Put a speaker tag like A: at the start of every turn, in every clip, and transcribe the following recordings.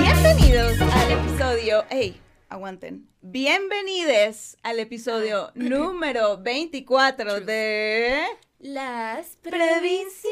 A: Bienvenidos al episodio. ¡Ey! Aguanten. Bienvenides al episodio número 24 de.
B: Las
A: Provincianas.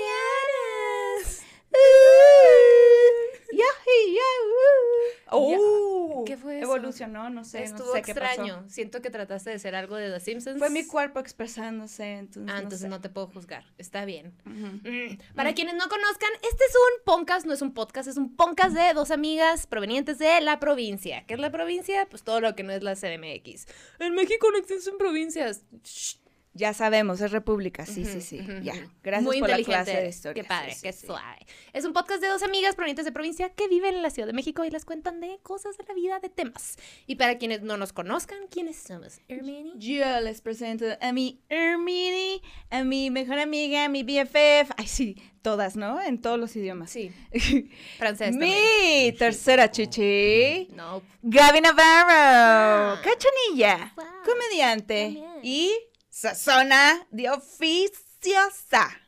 A: Yahi, ya, uh.
B: Ya,
A: Uh,
B: ¿qué fue eso?
A: Evolucionó, no sé,
B: Estuvo
A: no sé qué pasó.
B: extraño. Siento que trataste de ser algo de The Simpsons.
A: Fue mi cuerpo expresándose, entonces.
B: Ah,
A: no
B: entonces
A: sé.
B: no, te puedo juzgar. Está bien.
A: Ujú.
B: Mm. Para quienes no conozcan, este es un podcast, no es un podcast, es un podcast de dos amigas provenientes de la provincia. ¿Qué es la provincia? Pues todo lo que no es la CDMX. En México no existen provincias. Shh.
A: Ya sabemos, es república, sí, sí,
B: Ujú,
A: sí.
B: ujú,
A: Ya.
B: ujú.
A: Gracias
B: Muy
A: por la
B: inteligente
A: clase de
B: eres.
A: historia.
B: Qué padre,
A: Sí, sí,
B: qué
A: sí.
B: suave. Es un podcast de dos amigas provenientes de provincia que viven en la Ciudad de México y las cuentan de cosas de la vida, de temas. Y para quienes no nos conozcan, ¿quiénes somos? Hermione.
A: Yo les presento a mi Hermini, a mi mejor amiga, a mi BFF. Ay, sí, todas, ¿no? En todos los idiomas.
B: Sí,
A: mi
B: francés también.
A: tercera chichi,
B: No.
A: Gaby Navarro,
B: Ah.
A: cachanilla,
B: Wow.
A: comediante
B: También.
A: y sazona de oficiosa.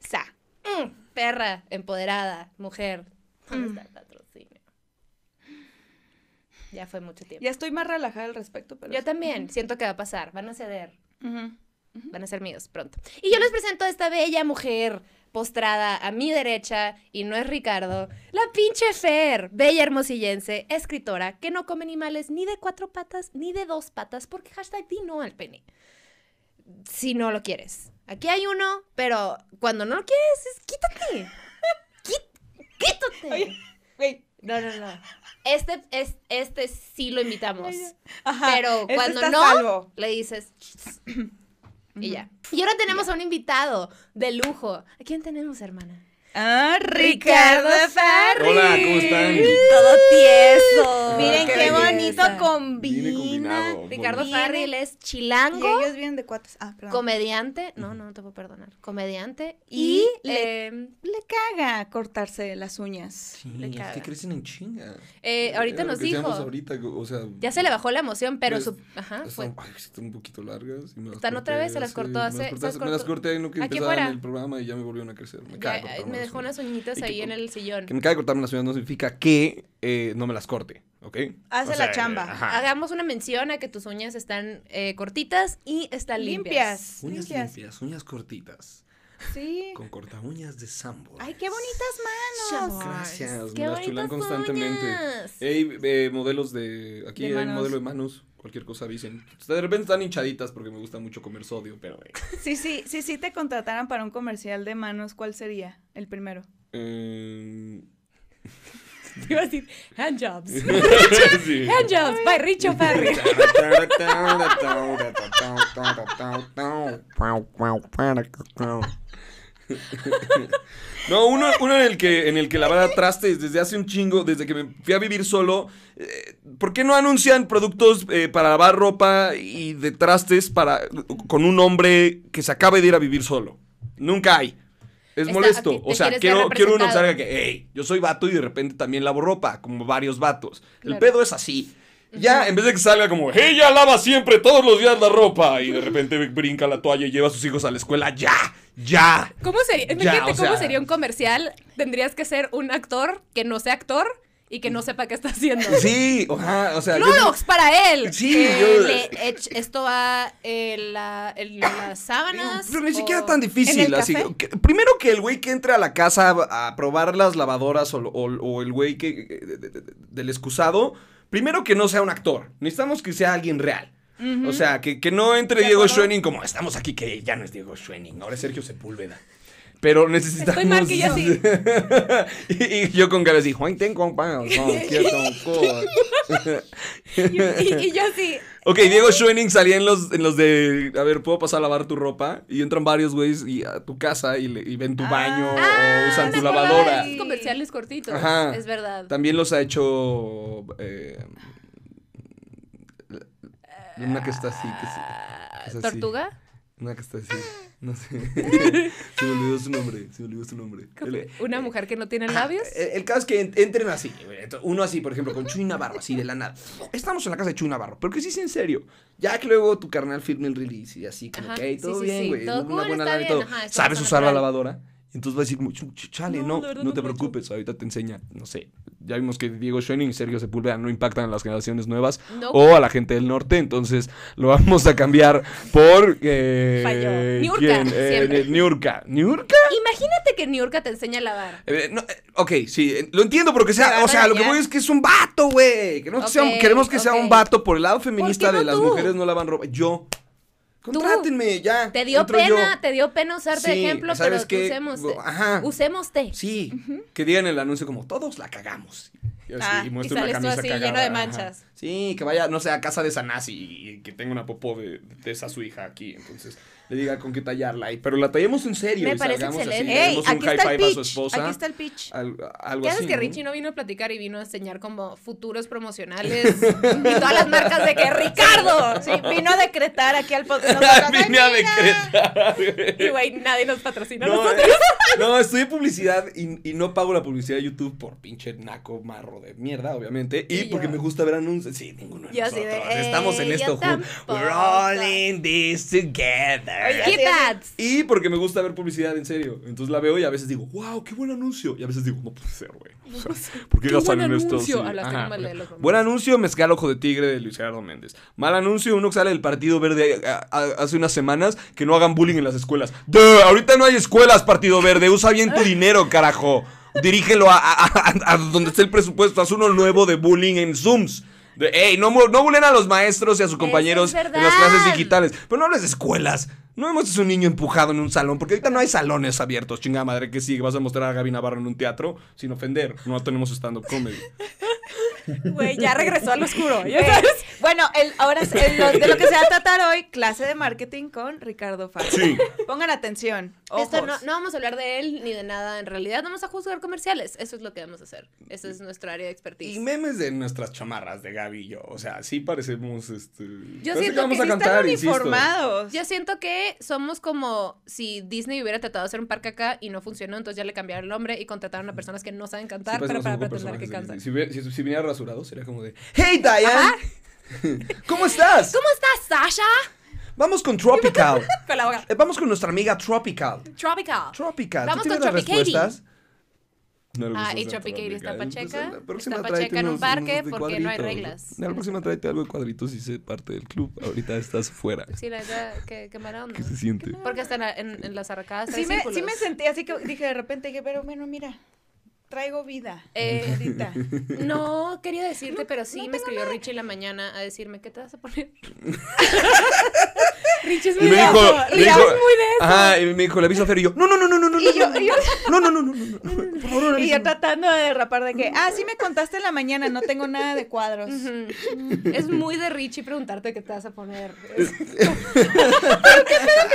A: Sa.
B: Mm, perra, empoderada, mujer. ¿Dónde
A: Mm.
B: está el patrocinio? Ya fue mucho tiempo.
A: Ya estoy más relajada al respecto, pero...
B: Yo también siento que va a pasar. Van a ceder.
A: Ujú.
B: Van a ser míos pronto. Y yo les presento a esta bella mujer postrada a mi derecha, y no es Ricardo, la pinche Fer, bella hermosillense, escritora, que no come animales ni de cuatro patas ni de dos patas, porque hashtag di no al pene. Si no lo quieres. Aquí hay uno, pero cuando no lo quieres, es quítate. Quí- quítate.
A: Oye, Güey,
B: No, no, no. Este, es, este sí lo invitamos.
A: ajá,
B: Pero
A: este
B: cuando
A: está
B: no,
A: salvo.
B: le dices. y ya. Y ahora tenemos a un invitado de lujo. ¿A quién tenemos, hermana?
A: Ah, Ricardo Farri.
C: Hola, ¿cómo están?
B: Todo tieso.
A: Ah, Miren qué,
C: Qué
A: bonito
C: belleza.
A: combina.
C: Viene combinado.
B: Ricardo
A: Viene-
B: Farri, él es
A: Y
B: chilango,
A: ellos vienen de cuates. Ah, perdón.
B: comediante. No, no, no te puedo perdonar. Comediante. Y,
A: Y le-
B: eh,
A: Le caga cortarse las uñas.
C: Sí,
B: Le
C: es
B: caga.
C: que crecen en chinga.
B: eh, ahorita
C: Era lo
B: nos
C: que decíamos
B: dijo.
C: ahorita, o sea,
B: Ya se le bajó la emoción, pero
C: Pues,
B: su. Ajá.
C: están,
B: fue-
C: ay, sí, están un poquito largas. y me las
B: Están otra
C: corté
B: vez, se las
C: hace-
B: cortó
C: me las
B: hace- se
C: corté
B: las
C: Me las
B: cortó
C: corté en lo que
B: aquí
C: empezaban
B: fuera.
C: el programa y ya me volvieron a crecer. Me
B: ya,
C: cae
B: eh, me dejó unas uñitas
C: Y que
B: ahí en
C: con-
B: el sillón.
C: Que me cae cortarme las uñas no significa que eh, no me las corte, ¿ok?
A: Hace la chamba.
C: ajá.
B: Hagamos una mención a que tus uñas están eh, cortitas y están limpias.
A: Limpias.
C: Uñas
A: Limpias.
C: limpias, uñas cortitas.
A: Sí.
C: Con corta uñas de Sambo.
A: Ay, qué bonitas manos.
B: Chamorro.
C: Gracias,
B: Qué
C: me las
B: bonitas
C: chulan constantemente.
B: uñas.
C: Hay eh, modelos de. Aquí
A: De
C: hay un
A: manos.
C: modelo de manos. Cualquier cosa dicen. De repente están hinchaditas porque me gusta mucho comer sodio, pero. eh,
A: Sí, sí, sí, sí te contrataran para un comercial de manos, ¿cuál sería el primero?
C: Eh,
B: Te iba a decir, handjobs.
C: sí.
B: Handjobs by Richo Farri.
C: No, uno, uno en el que en el que lavaba trastes desde hace un chingo, desde que me fui a vivir solo. eh, ¿Por qué no anuncian productos eh, para lavar ropa y de trastes para con un hombre que se acabe de ir a vivir solo? Nunca hay. Es
B: Está-
C: molesto.
B: aquí te
C: O sea,
B: quieres ver
C: quiero, quiero uno que
B: representado.
C: salga que, hey, yo soy vato y de repente también lavo ropa, como varios vatos.
A: Claro.
C: El pedo es así. Ya, en vez de que salga como, ella lava siempre, todos los días la ropa, y de repente brinca la toalla y lleva a sus hijos a la escuela, ya, ya.
B: ¿Cómo sería?
C: Ya,
B: Imagínate
C: o
B: cómo
C: sea-
B: sería un comercial. Tendrías que ser un actor que no sea actor y que no sepa qué está haciendo.
C: Sí, ajá, o sea, yo-
B: ¡Clorox para él!
C: Sí,
B: Eh,
C: yo-
B: le ech- esto va en la- en las sábanas.
C: Pero ni siquiera
B: o-
C: tan
A: ¿En el
C: difícil. así
A: café?
C: que- primero que el güey que entra a la casa a, a probar las lavadoras o, lo- o- o el güey que, eh, de- de- de- del excusado, primero que no sea un actor. Necesitamos que sea alguien real. O sea, que, que no entre
A: De
C: Diego
A: acuerdo.
C: Schwenning como estamos aquí, que ya no es Diego Schwenning, ahora es Sergio Sepúlveda. Pero necesitamos.
B: Estoy mal que yo sí.
C: y, y yo con Gaby así, Juan, ten compañeros, no, quiero con-
B: Y, y- y yo así.
C: Ok, Diego Schoening salía en los, en los de, a ver, ¿puedo pasar a lavar tu ropa? Y entran varios güeyes y a tu casa y, le- y ven tu
A: Ah.
C: baño
A: Ah,
C: o usan
A: me
C: tu
A: acordaba
C: lavadora.
A: de
B: Esos comerciales cortitos.
C: Ajá.
B: Es verdad.
C: También los ha hecho... eh, una que está así, que sí.
B: Ah,
C: Es así.
B: ¿Tortuga?
C: Una que está así. No sé. se me olvidó su nombre. Se me olvidó su nombre.
B: ¿Qué
C: El-
B: fue? ¿Una mujer que no tiene
C: Ajá, eh.
B: labios?
C: El, el caso es que en- entren así. Ento- Uno así, por ejemplo, con Chuy Navarro, así de la nada. Estamos en la casa de Chuy Navarro, pero que sí es en serio. Ya que luego tu carnal firme el release y así, como
B: Ajá,
C: que "Ey, todo
B: sí, sí,
C: bien,
B: sí,
C: güey.
B: todo
C: una
B: cool,
C: buena
B: está
C: lana y
B: bien,
C: todo.
B: ajá, es todo
C: Sabes
B: está
C: usar la
B: natural.
C: lavadora. Entonces va a decir, como, "Chu- chu- chale,
B: No,
C: no,
B: la
C: no,
B: verdad
C: te
B: no puedo".
C: preocupes, ahorita te enseña. No sé, ya vimos que Diego Schoening y Sergio Sepúlveda no impactan a las generaciones nuevas
B: No.
C: o a la gente del norte, entonces lo vamos a cambiar por... Eh,
A: Falló.
B: Niurka,
C: ¿quién? Eh,
B: siempre.
C: Niurka. ¿Niurka?
B: Imagínate que Niurka te enseña a lavar.
C: Eh, no, eh, ok, sí, eh, lo entiendo porque
B: Me
C: sea,
B: van
C: o sea,
B: a
C: lo que
B: dañar.
C: voy es que es un vato, güey. Que no sea un-
B: Ok,
C: queremos que sea
B: ok.
C: un vato por el lado feminista
B: ¿Por qué
C: de
B: no
C: las
B: tú?
C: mujeres no lavan ropa. Yo. Contrátenme, ya.
B: Te dio
C: entro
B: pena,
C: yo.
B: te dio pena usarte de
C: Sí,
B: ejemplo, pero
C: ¿sabes qué?
B: usemos.
C: Ajá.
B: Usemos té.
C: Sí, que digan el anuncio como todos la cagamos. Y así,
A: Ah,
C: y
A: y
C: muestra una
B: sales tú
C: camisa
B: así,
C: cagada,
B: lleno de
C: ajá.
B: manchas.
C: Sí, que vaya, no sé, a casa de Sanasi y, y que tenga una popó de, de esa su hija aquí. Entonces le diga con qué tallarla. y- pero la tallemos en serio
B: Me
C: y
B: parece
C: salgamos
B: excelente.
C: así. le
A: ¡Ey!
C: demos
A: Aquí
C: un high
A: está el
C: five a su
A: pitch.
C: esposa.
A: Aquí está el pitch.
C: al- algo
B: ¿Qué haces
C: así,
B: que
C: ¿no?
B: Richie no vino a platicar y vino a enseñar como futuros promocionales y todas las marcas de que Ricardo?
A: Sí, vino a decretar aquí al podcast.
C: Vine a decretar.
B: Y güey, nadie nos patrocina.
C: No,
B: nosotros.
C: es- no, estudié publicidad y, y no pago la publicidad de YouTube por pinche naco marro de mierda, obviamente. Y,
B: Y yo.
C: porque me gusta ver anuncios. Sí, ninguno de
A: Yo así
C: nosotros.
A: de,
C: Estamos en
B: "Ey,
C: esto
B: yo
C: juntos. We're
B: tampoco".
C: all in this together.
A: Oye,
B: Keep ads.
C: y porque me gusta ver publicidad en serio. Entonces la veo y a veces digo, wow, qué buen anuncio. Y a veces digo, no puede ser, güey. O sea, ¿Por qué,
B: Qué
C: gastan
B: buen
C: en esto?
B: anuncio.
C: así?
B: A las que
C: Ajá.
B: no me leen los nombres.
C: Buen anuncio, mezcal ojo de tigre de Luis Gerardo Méndez. Mal anuncio, uno que sale del Partido Verde a- a- hace unas semanas, que no hagan bullying en las escuelas. Duh, ahorita no hay escuelas, Partido Verde. Usa bien tu dinero, carajo. Dirígelo a, a- a- a donde esté el presupuesto. Haz uno nuevo de bullying en Zooms. De, ey, no, mu- no bullen a los maestros y a sus compañeros
B: es
C: en las clases
B: verdad.
C: digitales escuelas. Pero no hables de escuelas. No hemos un niño empujado en un salón, porque ahorita no hay salones abiertos, chingada madre que sí, vas a mostrar a Gaby Navarro en un teatro sin ofender. No tenemos stand-up comedy.
B: Güey, ya regresó al oscuro. ¿ya
A: Güey,
B: sabes?
A: Bueno, el- ahora es- el- lo- de lo que se va a tratar hoy, clase de marketing con Ricardo Farro.
C: Sí.
A: Pongan atención.
B: Esto no,
A: ojos.
B: no vamos a hablar de él ni de nada. En realidad vamos a juzgar comerciales. Eso es lo que vamos a hacer. Esa es nuestra área de expertise.
C: Y memes de nuestras chamarras de Gaby y yo. O sea, sí parecemos este.
B: Yo
C: parece
B: siento
C: que vamos
B: que
C: a
A: Sí están
C: cantar, insisto.
A: uniformados.
B: Yo siento que somos como si Disney hubiera tratado de hacer un parque acá y no funcionó, entonces ya le cambiaron el nombre y contrataron a personas que no saben
C: Sí
B: cantar, pero
C: parecemos
B: para
C: un poco
B: pretender que
C: personajes de
B: cantan.
C: Disney. Si, hubiera- si- si viniera rasurado, sería como de: ¡Hey, Diane! ¿Cómo estás?
B: ¿Cómo estás, ¡Ah, Sasha?
C: Vamos con Tropical.
B: Con la boca.
C: Eh, Vamos con nuestra amiga Tropical.
B: Tropical.
C: Tropical. ¿Tú
B: Vamos
C: tienes
B: con
C: las
B: Tropicady.
C: respuestas? No le
B: Ah,
C: gusta
B: y
C: ser
B: Tropicady está
C: Entonces,
B: pacheca.
C: Pues, eh, la próxima
B: Está
C: tráete
B: pacheca en un
C: unos-
B: parque
C: unos de
B: porque no hay
C: cuadritos.
B: reglas.
C: La próxima tráete algo de cuadritos y sé parte del club. Ahorita estás fuera.
B: Sí, la verdad, qué, qué mala onda.
C: ¿Qué se siente?
B: Porque hasta en, la- en- en las arcadas hay
A: Sí me, sí me
B: círculos.
A: sentí así que dije de repente, dije, pero bueno, mira, traigo vida.
B: Eh,
A: ahorita.
B: No quería decirte, pero sí me escribió Richie en la mañana a decirme, ¿qué te vas a poner? Richie es
C: Y
B: muy
C: me
B: de
C: dijo,
B: eso,
C: me
B: Richie es
C: dijo,
B: muy de eso.
A: ah,
C: ajá, y me dijo, le aviso a Fer y yo, no, no, no, no, no, no, no,
A: Y yo-
C: no,
A: y yo-
C: no, no, no, no, no, no, por
A: Y
C: favor,
A: yo
C: avísame".
A: tratando de derrapar de que, ah, sí me contaste en la mañana, no tengo nada de cuadros.
B: Ujú. Es muy de Richie preguntarte qué te vas a poner. Es
A: Que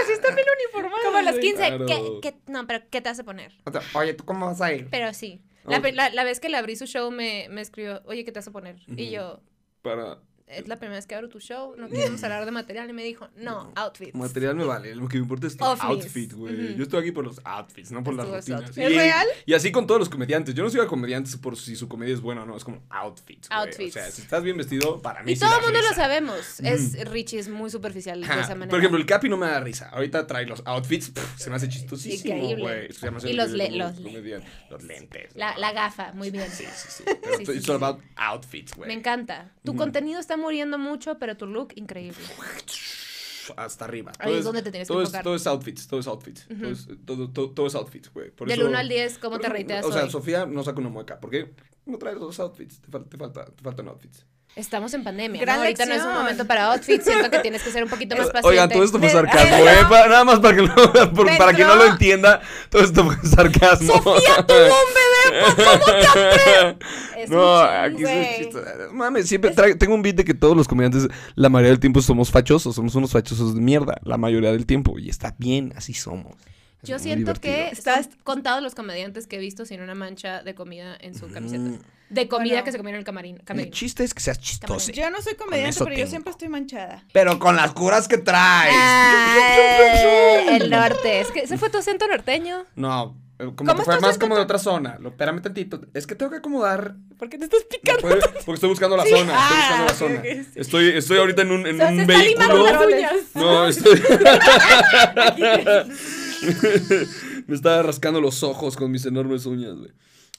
A: sí están bien uniformados.
B: como a las
A: güey.
B: 15.
C: Claro.
B: ¿qué- qué- no, pero ¿qué te vas a poner?
C: O sea, Oye, ¿tú cómo vas a ir?
B: Pero sí. La,
C: Ok.
B: pe- la- la vez que le abrí su show me, me escribió, oye, ¿qué te vas a poner? Y
C: Ujú.
B: yo,
C: Para
B: es la primera vez que abro tu show, no queremos hablar de material. Y me dijo, no, outfits.
C: material me vale, lo que me importa es tu
B: Outfits.
C: outfit, güey.
B: Ujú.
C: Yo estoy aquí por los outfits, no por
B: Por
C: las
B: tus
C: rutinas.
B: outfits.
A: ¿Es real?
C: Y así con todos los comediantes. Yo no sigo a comediantes por si su comedia es buena o no, es como outfits, güey. O
B: Outfits.
C: sea, si estás bien vestido, para mí
B: Y
C: sí
B: todo
C: da
B: el mundo lo
C: risa.
B: sabemos. Es, Richie es muy superficial de
C: Ajá.
B: esa manera.
C: Por ejemplo, el Capi no me da risa. Ahorita trae los outfits, pff, se me hace chistosísimo,
B: Increíble.
C: güey. Se me hace
B: Y los le-
C: increíble
B: los
C: como comediante. Los lentes.
B: la,
C: ¿no?
B: la gafa, muy bien.
C: Sí, sí, sí. Pero
B: Sí, sí,
C: it's
B: sí.
C: all about outfits, güey.
B: Me encanta. Tu contenido está muriendo mucho, pero tu look, increíble.
C: Hasta arriba.
B: Ahí
C: Todo
B: es donde te tienes que
C: todo es-
B: enfocar.
C: todo es outfits, todo es outfits. todo, es, todo, todo- todo es outfits, güey. Por
B: Del
C: eso-
B: 1 al 10, ¿cómo
C: por
B: te
C: eso-
B: reiteras
C: O sea,
B: hoy?
C: Sofía no saca una mueca. ¿Por qué? No traes los outfits. Te, fal- te falta, te faltan outfits.
B: Estamos en pandemia.
A: Gran
B: ¿no? Ahorita no es un
A: lección.
B: momento para outfits. Siento que tienes que ser un poquito más paciente.
C: Eh, Oigan, todo esto fue
A: Me-
C: sarcasmo,
A: me-
C: ¿eh? Pa- nada más para que, no, por-
A: Me
C: para que no
A: entró-
C: lo entienda, todo esto fue sarcasmo.
B: Sofía tuvo un bebé. Es
C: no,
B: un
C: aquí
A: chiste.
C: es un chiste. Mames, siempre tra- tengo un beat de que todos los comediantes, la mayoría del tiempo somos fachosos, somos unos fachosos de mierda, la mayoría del tiempo, y está bien, así somos. Es
B: Yo
C: muy
B: siento que
C: divertido.
B: están
A: Estás-
B: contados los comediantes que he visto sin una mancha de comida en su
D: Mm.
B: camiseta. De comida
A: Bueno.
B: que se comieron en el camarín.
D: El
B: camerino.
D: chiste es que seas chistoso.
A: Pues Yo no soy comediante,
D: eso
A: pero yo
D: tengo.
A: siempre estoy manchada.
D: Pero con las curas que traes.
B: Ah, el norte. Es que ese fue tu acento norteño.
D: No, eh, como
A: ¿Cómo
D: que fue
A: estás
D: más como de otra zona. Lo, espérame tantito. Es que tengo que acomodar.
B: ¿Por qué te estás
C: No
B: picando?
C: puede- porque estoy buscando la zona. Estoy buscando la
A: Ah,
C: zona.
A: ok, ok, sí.
C: Estoy, estoy ahorita en un, en
B: O sea,
C: un
B: se está limando las
C: vehículo.
B: uñas.
C: No, estoy. Me estaba rascando los ojos con mis enormes uñas, güey.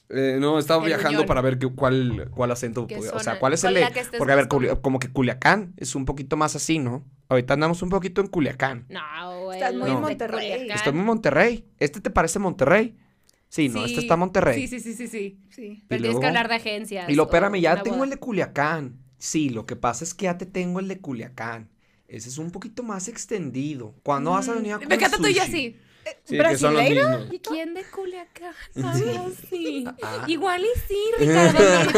C: Eh, no, estaba
B: El
C: viajando
B: uñón.
D: Para ver qué- cuál, cuál acento.
B: ¿Qué
D: podía- o
B: zona?
D: sea, cuál es
B: ¿Cuál
D: el.
B: es la
D: de-
B: que estés
D: Porque, a ver,
B: buscando?
D: Culia- como que Culiacán es un poquito más así, ¿no? Ahorita andamos un poquito en Culiacán.
B: No, güey.
A: Estás muy
D: en
B: de
A: Monterrey.
B: Culiacán.
D: Estoy en Monterrey. ¿Este te parece Monterrey? Sí, no, este
B: Sí.
D: está
B: Sí,
D: Monterrey.
B: sí, sí, sí, sí.
A: Sí.
B: Pero tienes
D: luego-
B: que hablar de agencias.
D: Y lo,
B: o
D: espérame, ya
B: una
D: tengo
B: boda.
D: el de Culiacán. Sí, lo que pasa es que ya te tengo el de Culiacán. Ese es un poquito más extendido. ¿Cuándo vas a venir a
B: Mm,
D: comer
B: Me encanta tú y yo
D: sushi?
B: así.
C: Sí, que son los
A: ¿Brasileiro?
C: mismos.
B: ¿Y quién de Culiacán habla así?
D: Ah.
B: Igual y sí, Ricardo. no,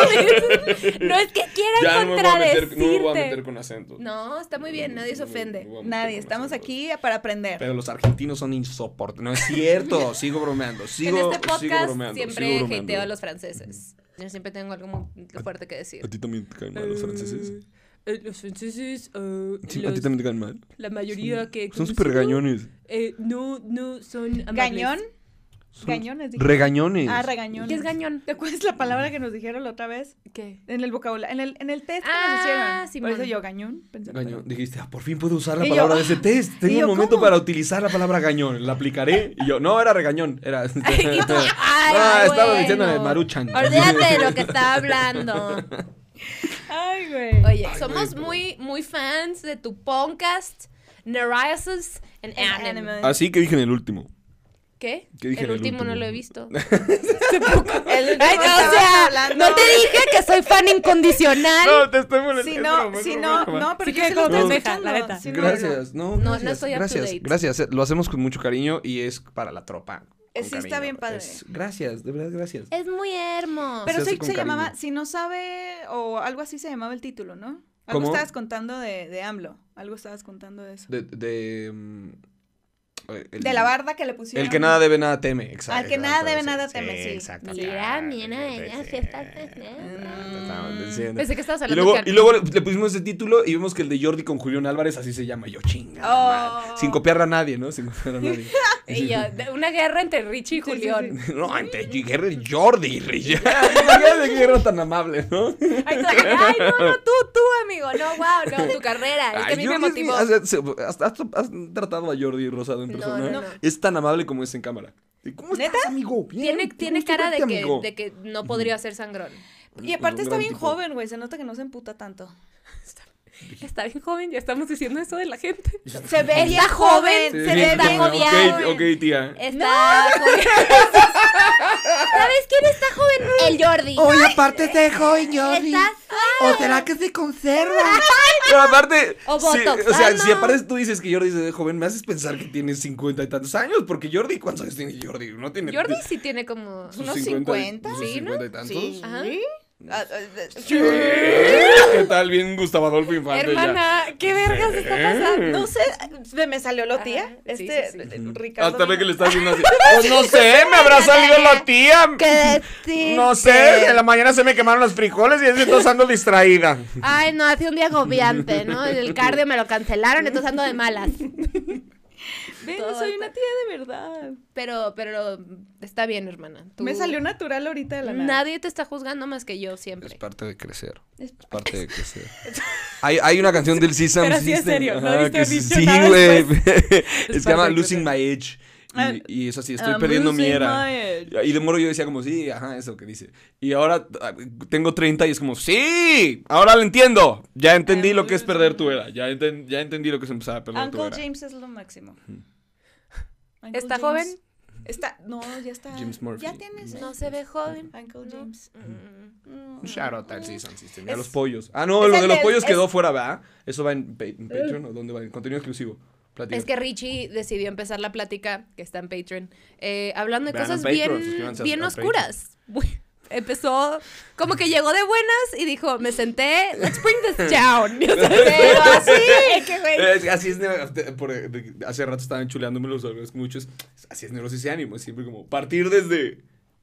B: puedes. No es que
C: Ya
B: quiera
C: no me, voy a meter, no me voy a
B: contradecirte.
C: meter con acento.
B: No, está muy bien, nadie se ofende.
A: Nadie, estamos aquí para aprender.
D: Pero los argentinos son insoportables. No es cierto, sigo bromeando,
B: En
D: sigo,
B: este
D: sigo
B: podcast
D: bromeando.
C: sigo
B: siempre
C: bromeando. Ah,
B: hateo a los franceses. Yo siempre tengo algo muy fuerte que decir.
C: ¿A ti también te caen mal los
A: Mm,
C: franceses?
B: Eh, los franceses, eh,
C: Sí, ¿A ti también te caen mal?
B: la mayoría que...
C: Son súper regañones.
B: no, no, son
A: ¿Gañón? ¿Gañones? dije.
D: Regañones.
A: Ah, regañones.
B: ¿Qué es gañón?
C: Ah,
A: ¿Te acuerdas la palabra que nos dijeron la otra vez?
B: ¿Qué?
A: En el vocabulario, en el, en el test que
B: Ah,
A: nos hicieron.
B: Simón.
A: Por eso yo, gañón. pensé.
C: Gañón. Dijiste, ah, por fin puedo usar la
A: Y yo,
C: palabra de
A: ah.
C: ese test. Tengo
A: Y yo,
C: un momento
A: ¿cómo?
C: para utilizar la palabra gañón. La aplicaré. Y yo, no, era regañón. Era. ah,
B: Ay,
C: estaba
B: bueno.
C: diciendo de Maruchan.
B: Olvídate de lo que estaba hablando.
A: Ay, güey.
B: Oye, somos muy, muy fans de tu podcast, Neurosis and
A: En
B: Anime.
A: anime.
C: Así que dije en el último.
B: ¿Qué?
C: ¿Qué dije
B: el,
C: en el
B: último no
C: último?
B: lo he visto.
A: El último
B: Ay, no, o
A: estabas
B: sea,
A: hablando-
B: no te dije que soy fan incondicional.
C: te estoy molestando.
A: Si
C: es
A: no,
C: broma, es
A: si
C: broma,
A: no,
C: es broma.
A: no, pero
B: Sí
A: yo
B: quedé
A: sí
B: como
A: lo estoy
B: pendeja, la
A: escuchando.
B: neta.
A: Sí, no,
C: Gracias. No,
B: No, no
C: gracias.
B: estoy up to
D: gracias,
B: date.
D: gracias. eh, Lo hacemos con mucho cariño y es para la tropa. con
A: Eh, sí, está
D: cariño.
A: bien padre.
D: Es- gracias, de verdad, gracias.
B: Es muy hermoso.
A: Pero
D: Se hace
A: sí
D: con
A: se
D: cariño.
A: llamaba, si no sabe, o algo así se llamaba el título, ¿no? Algo
C: ¿Cómo?
A: estabas contando de, de AMLO. Algo estabas contando de eso.
D: De, de, mm, eh, el-
A: de la barda que le pusieron.
D: El que nada debe, nada teme. Exacto.
A: Al que nada debe,
D: sí,
A: nada teme, sí.
D: Exacto.
B: Mira,
D: Ah,
B: mira,
D: sí,
B: ella
D: sí,
B: se está
D: sí,
B: haciendo.
D: estaban diciendo.
B: Pensé que estabas
C: Y
B: hablando
C: luego,
B: de que-
C: y luego le, le pusimos ese título y vimos que el de Jordi con Julián Álvarez así se llama. Yo, chinga.
A: Oh.
C: madre. Sin copiar a nadie, ¿no? Sin copiar a nadie.
B: Y yo, de- una guerra entre Richie y
A: Sí, sí,
B: Julián.
D: No, ante Jerry Jordi. Rey.
C: Imagínate que era tan amable, ¿no?
B: Ay, toda la gente, ay, no, no, tú, tú, amigo. No, wow, no, tu carrera. Es que a mí
C: Ay,
B: me
C: Jordi es mi-
B: motivó.
C: ¿has, se- has- has- has tratado a Jordi Rosado en
B: No,
C: persona?
B: no, no.
C: Es tan amable como es en cámara. ¿Cómo estás, amigo? Bien,
B: Tiene,
C: qué
B: tiene
C: gusto
B: cara de
C: verte,
B: que,
C: amigo.
B: de
C: Pues,
B: que no podría ser sangrón.
A: Y aparte
C: Un
A: está
C: gran
A: bien
C: tipo.
A: joven, güey. Se nota que no se emputa tanto.
B: Está bien joven, ya estamos diciendo eso de la gente.
A: Se ve bien
B: joven,
A: joven.
C: Sí,
B: se
A: se
B: ve
A: ve
B: está
A: bien
B: bien jovial.
C: ok, ok, tía.
B: Está joven. ¿Sabes quién está joven? El Jordi.
D: Oye, aparte de joven Jordi.
B: Está
D: ¿O será que se conserva?
C: Pero aparte,
B: O
C: si-
B: Botox.
C: o sea,
B: Ah,
C: si
B: no.
C: aparte tú dices que Jordi se ve joven, me haces pensar que tiene cincuenta y tantos años, porque Jordi, ¿cuántos años tiene Jordi? No tiene
B: Jordi sí tiene como.
C: sus
A: unos
C: 50,
A: 50,
C: sus
B: ¿sí, no?
C: 50 y tantos.
A: Sí.
B: Ajá.
A: Ah, ah, ah,
C: ¿Qué tal? Bien Gustavo Adolfo Infante ya.
B: Hermana, ¿qué vergas está pasando?
A: No sé, se me salió lo tía.
B: Ajá, Ah, sí,
A: Este,
B: sí, sí.
A: eh, Ricardo.
C: Hasta ve
A: vino-
C: que le está haciendo así. Pues no sé, me habrá salido la tía. No sé, en la mañana se me quemaron los frijoles y desde entonces ando distraída.
B: Ay, no, hace un día agobiante, ¿no? El cardio me lo cancelaron, entonces ando de malas.
A: Ven,
B: Todo
A: soy
B: está-
A: una tía de verdad.
B: Pero, pero está bien, hermana. Tú-
A: Me salió natural ahorita de la nada.
B: Nadie te está juzgando más que yo
D: Es
B: siempre.
D: parte de crecer. Es parte de crecer. Hay, hay una canción del Sesame
B: Pero sí
D: System.
B: es serio, no
D: ajá,
B: diste
D: que sí,
B: dicho
D: sí,
B: nada
D: güey.
B: Es
D: Se llama
B: parte de
D: Losing My Edge.
A: Ah,
D: Y, y es así, estoy
A: I'm
D: perdiendo mi
A: losing
D: era.
A: my edge.
D: Y de moro yo decía como, sí, ajá, eso que dice. Y ahora ah, tengo 30 y es como, sí, ahora lo entiendo. Ya entendí lo que es perder tu era. Ya, enten- ya entendí lo que es empezar a perder tu
A: Uncle
D: era.
A: James es lo máximo. Uncle
B: ¿Está
A: James-
B: joven?
A: Está, no, ya está.
D: James Murphy.
A: Ya tienes.
B: No se ve joven.
A: Uncle
B: No.
A: James.
B: Mm.
A: Mm.
D: Un shout out al Season System. y a
A: Es-
D: los pollos. Ah, no,
A: es
D: lo
A: el
D: de los
A: del- es-
D: pollos quedó fuera, ¿verdad? Eso va en, pa- en Patreon o dónde va, en contenido exclusivo. Platica.
B: Es que Richie decidió empezar la plática, que está en Patreon, eh, hablando de
D: Vean
B: cosas
D: en Patreon,
B: bien,
D: suscríbanse a-
B: bien
D: a
B: oscuras. Bu- Empezó como que llegó de buenas y dijo, me senté, let's bring this down.
A: Ah, Pero así, que güey,
C: Eh, Es- así es, Nero- te- por- de- hace rato estaban chuleándome los órganos muchos. Así es neurosis y ánimo, es siempre como partir desde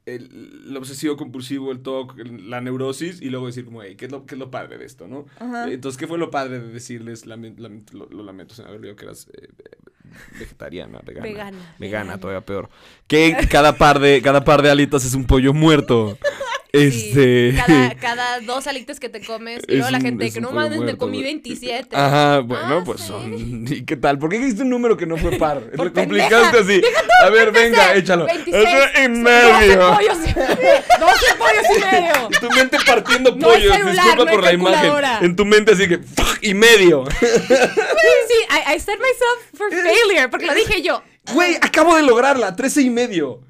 C: el, el obsesivo compulsivo, el TOC, el- la neurosis y luego decir como, hey, ¿qué es lo, qué es lo padre de esto, no? Eh,
A: Ajá.
C: Entonces, ¿qué fue lo padre de decirles, "Lamen- lamento- lo, lo lamento, se me había olvidado que eras eh, eh, vegetariana, vegana?
B: Vegana,
C: Vegana,
B: vegana.
C: todavía peor. Que cada par de, cada par de alitas es un pollo muerto.
B: Sí,
C: Este...
B: Cada, cada dos alitas que te comes. Y
C: Es
B: luego la
C: un-
B: gente
C: es
B: que
C: un
B: no
C: pollo
B: mames, me
C: muerto,
B: comí
C: güey.
B: 27.
C: Ajá, bueno,
B: Ah,
C: pues
B: sí.
C: son. ¿Y qué tal? ¿Por qué hiciste un número que no fue par?
B: Por
C: Lo complicaste así. A ver, venga, échalo.
B: 26,
C: Otro y
B: 12
C: medio.
B: pollos y medio. 12 pollos y medio.
C: Tu mente partiendo
B: No
C: pollos.
B: hay celular,
C: Disculpa
B: no hay
C: por la imagen.
B: calculadora.
C: En tu mente así que. "Fuck", Y medio.
B: Sí, I, I set myself for failure. Porque lo dije yo.
C: Güey, acabo de lograrla. 13 y medio.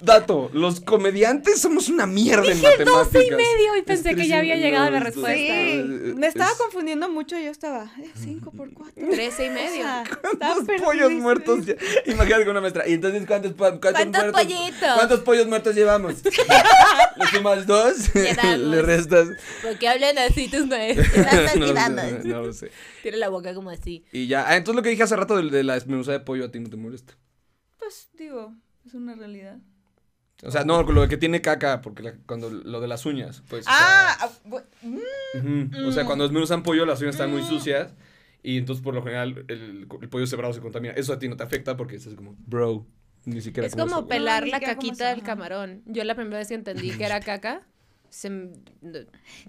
C: Dato, los comediantes somos una mierda en
B: Dije 12 y
C: matemáticas.
B: medio y
C: Es
B: pensé que
C: 13
B: ya había
C: y
B: llegado
C: medio,
B: la
C: es-
B: respuesta.
C: es-
A: Sí, me estaba
C: es-
A: confundiendo mucho, yo estaba 5 por 4.
B: 13 y medio.
C: ¿Cuántos pollos
A: eh,
C: muertos? ya- Imagínate con una maestra. ¿Y entonces cuántos, po- cuántos,
B: ¿Cuántos
C: muertos-
B: pollitos?
C: ¿Cuántos pollos muertos llevamos? ¿Le sumas dos?
B: Llevamos.
C: ¿Le restas?
B: ¿Por qué hablan así tus maestros?
C: no, lo sé, no lo sé.
B: Tiene la boca como así.
C: Y ya. Ah, entonces lo que dije hace rato de, de la desmenuzada de pollo a ti no te molesta.
A: Pues digo, es una realidad.
C: O sea, no, lo que tiene caca, porque la- cuando lo de las uñas, pues. o sea,
A: Ah, ah, bu- mm,
C: Ujú. O
B: mm.
C: sea, cuando desmenuzan pollo, las uñas están muy sucias. Y entonces, por lo general, el, el pollo cebrado se contamina. Eso a ti no te afecta porque estás como, bro, ni siquiera
B: Es como
C: eso, güey.
B: pelar
A: No, ni
B: la
A: siquiera como
B: caquita
A: eso,
B: del
A: ajá.
B: camarón. Yo la primera vez que entendí que era caca, se... m-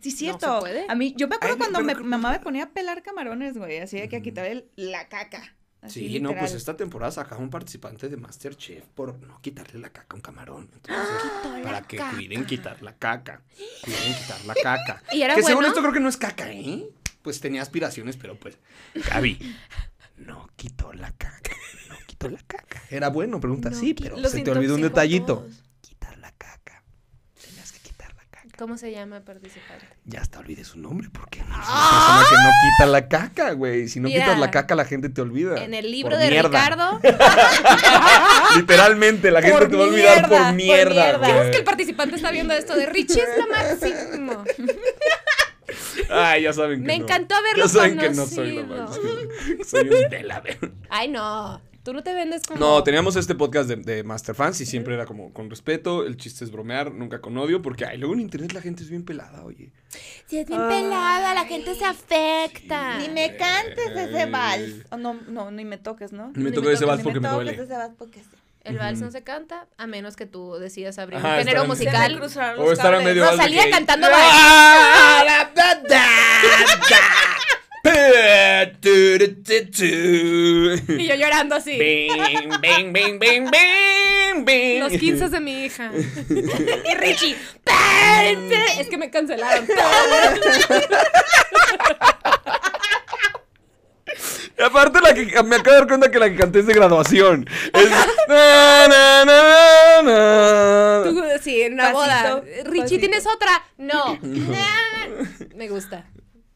A: sí,
B: ¿No
A: cierto.
B: se puede?
A: A mí, yo me acuerdo
C: Ay,
A: cuando
C: pero
A: me,
C: creo-
A: mamá me ponía a pelar camarones, güey, así de que a quitar el- la caca. así,
C: Sí, no, pues
A: literal.
C: esta temporada sacaba un participante de Masterchef por no quitarle la caca a un camarón. Entonces,
B: ¡Ah!
C: para que cuiden quitar la caca. Cuiden quitar la caca.
B: ¿Y era
C: que según
B: bueno?
C: esto creo que no es caca, ¿eh? Pues tenía aspiraciones, pero pues. Gaby, no quitó la caca. No quitó la caca. Era bueno, pregunta,
B: No
C: sí,
B: qui-
C: pero
A: los
C: se te olvidó un
A: intoxicó a
C: detallito.
A: todos.
C: Quitar la caca. Tenías que quitar la caca.
B: ¿Cómo se llama participante? ¡Ah!
C: Ya hasta olvidé su nombre, porque no es una persona que no quita la caca, güey. Si no quitas
B: Mira.
C: la caca, la gente te olvida.
B: En el libro
C: Por
B: de
C: mierda. Ah,
B: Ricardo. Ah,
C: Literalmente, la gente
A: Por
C: te va a olvidar
A: mierda,
C: por
A: por
C: mierda.
A: mierda.
C: güey.
B: ¿Crees que el participante está viendo esto de Richie es lo máximo?
C: Ay, ya saben que
B: Me
C: no.
B: encantó haberlo
C: Ya saben que no soy lo
B: conocido.
C: máximo. Soy un de la ver-
B: Ay, no. Tú no te vendes como.
C: No, teníamos este podcast de, de Masterfans y siempre era como con respeto. El chiste es bromear, nunca con odio, porque ay, luego en internet la gente es bien pelada, oye.
B: Si es bien
A: Ah.
B: pelada, la gente se afecta.
A: Ni
C: Eh,
A: me cantes ese
C: Ay.
A: vals. Oh, no, no, ni me toques, ¿no?
C: eh. Ni me toques ese vals
A: ni
C: porque me
A: toques
C: duele.
A: ese vals porque sí.
B: El vals no se canta a menos que tú decidas abrir un
C: Ajá,
B: género
C: estarán-
A: Se me
B: musical.
A: cruzaron
C: O
A: los
C: estar a
A: cables.
C: medio alto
B: Rosalía
C: que-
B: cantando
C: Ah, la, da, da, da. Tu, tu, tu, tu.
B: Y yo llorando así.
C: Bing, bing, bing, bing, bing, bing.
B: Los 15 de mi hija. y Richie. "Pen, pen". Es que me cancelaron.
C: Y aparte la que me acabo de dar cuenta que la que canté es de graduación. Es na, na, na, na, na.
B: Tú, sí, en una
A: Pasito,
B: boda. Richie,
A: pasito.
B: ¿tienes otra? No. me gusta.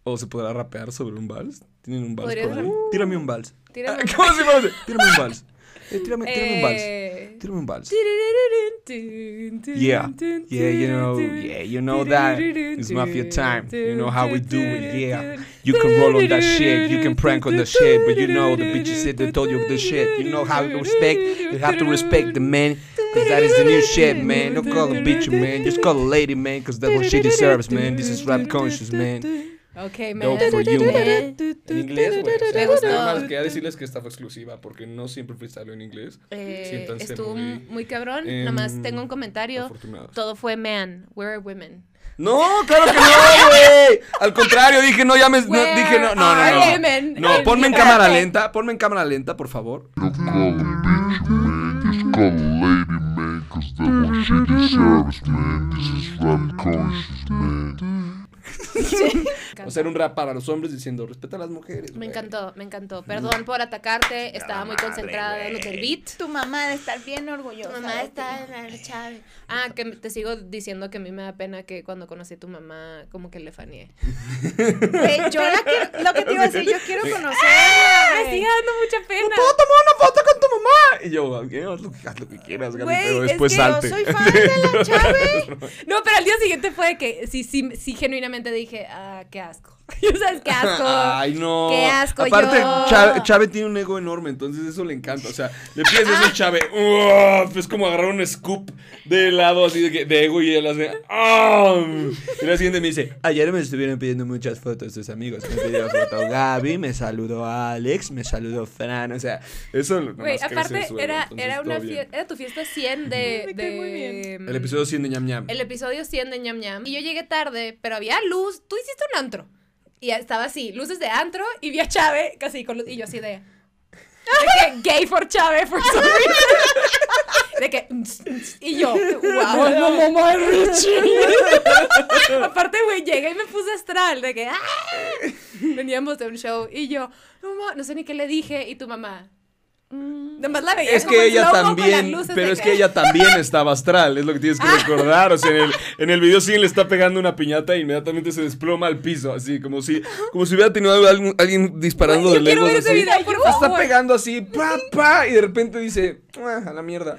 C: O se podrá rapear sobre un vals. Tienen un vals.
B: Podrías
C: por ahí?
B: rap-
C: Tírame un vals.
B: Tírame
C: Ah,
B: un
C: ¿Cómo se llama? ese? Tírame un vals. Eh, tírame, tírame un vals.
B: Eh,
C: Tírame un vals.
B: Yeah.
C: Yeah. Yeah, you know, yeah, you know that. It's mafia time. You know how we do it, yeah. You can roll on that shit, you can prank on the shit, but you know the bitches said they told you the shit. You know how to respect, you have to respect the man, cause that is the new shit, man. Don't call a bitch, man. Just call a lady, man, cause that's what she deserves, man. This is rap conscious, man.
B: Ok, man.
C: Dope for you, man.
B: Eh,
C: En inglés, güey.
B: Me gustó.
C: Nada más quería decirles que esta fue exclusiva, porque no siempre freestyle en inglés.
B: eh,
C: Siéntanse
B: estuvo
C: muy-
B: muy, cabrón.
C: em,
B: Nomás tengo un comentario.
C: afortunados.
B: Todo fue man. We're women.
C: No, claro que no, güey. Al contrario, dije, no llames, no,
B: Where
C: dije, no, no,
B: are
C: no.
B: women?
C: No, no ponme en cámara lenta, ponme en cámara lenta, por favor.
E: Don't call a bitch, man. Just call a lady, man. Cause that what she deserves, man. This is rap conscious, man.
C: O sea, era un rap para los hombres diciendo, respeta a las mujeres.
B: Me
C: güey. Mm.
B: encantó, me encantó. Perdón por atacarte. Estaba muy concentrada en lo del beat.
A: Tu mamá de estar bien orgullosa.
B: Tu mamá
A: de
B: está
A: ti.
B: en la chave. Ah, que te sigo diciendo que a mí me da pena que cuando conocí a tu mamá, como que le faneé.
A: Güey, yo la quiero, lo que te iba a decir, yo quiero conocerla.
B: Me
A: güey.
B: sigue dando mucha pena.
C: ¿Puedo tomar una foto con tu
D: mamá. Y yo, "Ok, haz lo que, haz lo que quieras, Gaby,
B: Güey,
D: pero
B: es
C: pues,
D: después
B: que yo
D: salte.
A: Yo soy fan de la Chávez.
B: No, pero al día siguiente fue de que sí, sí, sí, genuinamente dije, ah, qué asco. Ya sabes, qué asco.
C: Ay, no.
B: Qué asco
C: Aparte,
B: yo.
C: Cha- Chávez tiene un ego enorme, entonces eso le encanta. O sea, le pides eso
B: Ah.
C: a Chávez. "Uah", Es como agarrar un scoop de helado así de, que- de ego y él hace. "Ah". Y la siguiente me dice.
D: Ayer me estuvieron pidiendo muchas fotos sus amigos. Me pidió foto Gaby, me saludó Alex, me saludó Fran. O sea,
C: Eso lo
B: Güey,
C: nomás crece
B: aparte
C: en su ego,
B: era,
C: entonces
B: era,
C: todo
B: una
C: bien.
B: fie- era tu fiesta 100 de...
A: Me cae muy
B: de- mm,
C: El episodio 100 de ñam ñam.
B: El episodio 100 de ñam ñam. Y yo llegué tarde, pero había luz. Tú hiciste un antro. Y estaba así, luces de antro y vi a Chávez casi con luz. Y yo así de. de que gay for Chávez for some reason. De que. "Ns, ns", Y yo, wow. La mamá de Richie. Aparte, güey, llegué y me puse astral. De que. "Ah". Veníamos de un show. Y yo, no, ma- no sé ni qué le dije. Y tu mamá. mm, Nomás la veía
C: Es
B: como
C: que
B: en
C: ella
B: slow-mo con
C: también,
B: las luces
C: pero
B: de Ah.
C: es que ella también estaba astral, es lo que tienes que recordar. O sea, en el, en el video sí le está pegando una piñata e inmediatamente se desploma al piso, así como si, como si hubiera tenido algún- alguien disparando
B: Güey, yo
C: de
B: quiero
C: lejos.
B: ver ese
C: así.
B: video, por
C: Le Está
B: favor.
C: pegando así, pa, pa, y de repente dice, "Ah, a la mierda.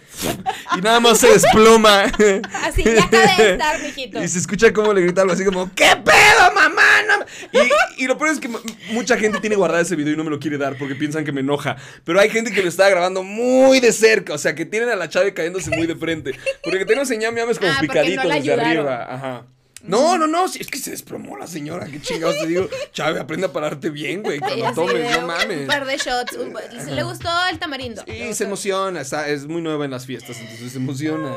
C: Y nada más se desploma.
B: Así, ya acabé de estar, mijito.
C: Y se escucha como le grita algo así como, ¿qué pedo, mamá? No me-". y, y lo peor es que m- mucha gente tiene guardado ese video y no me lo quiere dar porque piensan que me enoja. Pero hay gente que lo está grabando muy de cerca, o sea, que tienen a la chave cayéndose muy de frente. Porque tengo señal miames como
B: Ah, porque no
C: picaditos
B: la
C: desde
B: ayudaron.
C: arriba. Ajá. No, no, no, sí, es que se desplomó la señora, qué chingados te digo. Chave, aprende a pararte bien, güey,
B: Y
C: cuando
B: así
C: tomes,
B: de
C: no
B: un- Un
C: mames.
B: par de shots. un pa- si le gustó el tamarindo. Le
C: Y
B: gustó.
C: se emociona, está- es muy nueva en las fiestas, entonces se emociona.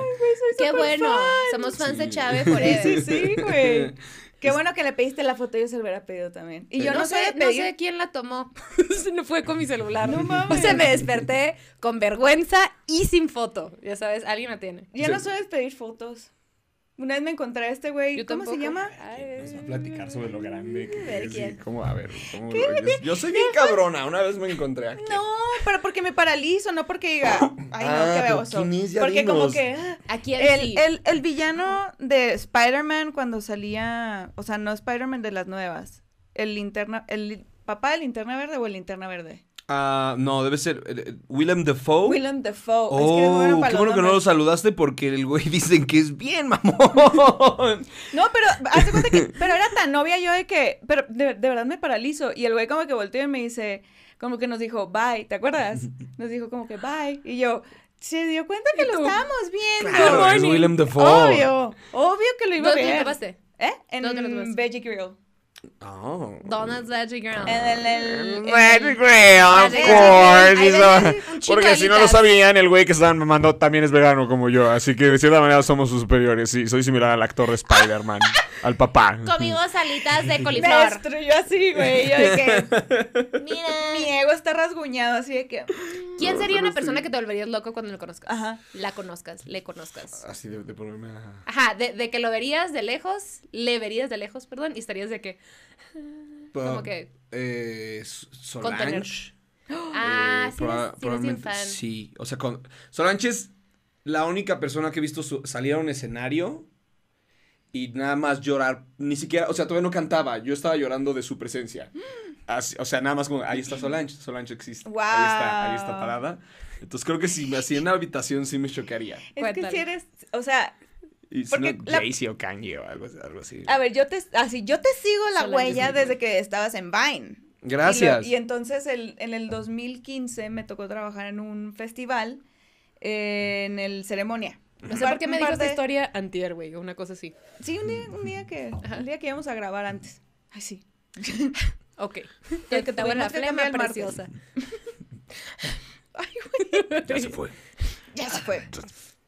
B: Qué bueno. Somos fans de
C: Sí.
B: Chávez por
A: Sí, sí, güey. Qué bueno que le pediste la foto, yo se lo hubiera pedido también. Y yo
B: no,
A: no, soy
B: sé,
A: de
B: no
A: pedir.
B: sé quién la tomó. no fue con mi celular.
A: No
B: O
A: mames.
B: sea, me desperté con vergüenza y sin foto. Ya sabes, alguien la tiene.
A: Yo no soy de pedir fotos. Una vez me encontré a este güey,
B: Yo
A: ¿cómo
B: tampoco.
A: se llama?
B: Ay,
C: Nos va a platicar sobre lo grande que
B: ver
C: es.
B: quién.
C: y ¿Cómo? A ver, ¿cómo lo- yo, yo soy bien cabrona. Una vez me encontré aquí.
A: No, pero porque me paralizo, no porque diga, ay no,
C: Ah,
A: qué
C: pero
A: baboso.
C: ¿quién es? Ya
A: Porque como
C: dinos.
A: que ah,
B: ¿A quién sí?
A: el, el, el villano de Spider-Man cuando salía, o sea, no Spider-Man de las nuevas, el linterna, el papá de linterna verde o el linterna verde.
C: Ah, no, debe ser eh, eh, Willem Dafoe.
A: Willem Dafoe.
C: Oh,
A: es que es bueno para
C: qué
A: los
C: bueno que no lo
A: nombres.
C: saludaste porque el güey dicen que es bien mamón.
A: No, pero hace cuenta que, pero era tan novia yo de que, pero de, de verdad me paralizo y el güey como que volteó y me dice, como que nos dijo, bye, ¿te acuerdas? Nos dijo como que bye y yo, se dio cuenta que lo
B: tú?
A: estábamos viendo.
C: Claro, es Willem Dafoe.
A: Obvio, obvio que lo iba a
B: ¿Dónde te
A: ver.
B: topaste?
A: ¿Eh?
B: ¿Dónde lo tomaste?
A: En Veggie Grill.
C: Oh.
B: Donald's Magic
A: En
B: Girl.
A: el,
B: Ah,
A: el-
D: Magic
A: el-
D: Grill, of
B: Magic
D: course.
B: Grill.
D: eso.
B: Ahí venden un chico
D: Porque si no lo
B: alitas.
D: sabían, el güey que estaban mamando también es vegano como yo. Así que de cierta manera somos sus superiores. Y soy similar al actor de Spider-Man, al papá.
B: Conmigo salitas de
A: me
B: coliflor.
A: destruyó así, güey. Yo de que mi
B: Mira.
A: ego está rasguñado, así de que.
B: ¿Quién sería una persona que te volverías loco cuando lo conozcas?
A: Ajá.
B: La conozcas, le conozcas.
C: Así de, de ponerme a...
B: Ajá, de, de que lo verías de lejos, le verías de lejos, perdón, y estarías de que. Como que-
C: Ah, Eh, S-
B: Contener.
C: Solange.
B: Ah,
C: Eh,
B: sí, eres-
C: proba-
B: sí, eres bien
C: probablemente
B: fan.
C: sí. O sea, con, Solange es la única persona que he visto su- salir a un escenario y nada más llorar. Ni siquiera, o sea, todavía no cantaba. Yo estaba llorando de su presencia.
A: Mm.
C: Así- o sea, nada más como, ahí está Solange. Solange existe. Ahí está, ahí está
A: Guau.
C: parada. Entonces creo que si me hacía en la habitación sí me chocaría.
A: Es
B: Cuéntale.
A: que si eres. O sea,
C: Y si
A: Porque
C: no,
A: la-
C: Jay-Z o Kanye o algo, algo así.
A: a ver, yo te, así, yo te sigo la
B: Solange
A: huella
B: es muy
A: desde que estabas en Vine.
C: Gracias.
A: Y, lo- y entonces el- en el 2015 me tocó trabajar en un festival eh, en el ceremonia.
B: No sé por qué me dijo esta
A: esta
B: historia antier, güey, una cosa así.
A: Sí, un día, un día que, un día que íbamos a grabar antes. Ay, sí.
B: Ok.
A: El
B: que
A: que
B: te la
A: tuvimos que cambiar
B: flema
A: el martes.
B: preciosa.
C: Ya se fue.
A: Ya se fue.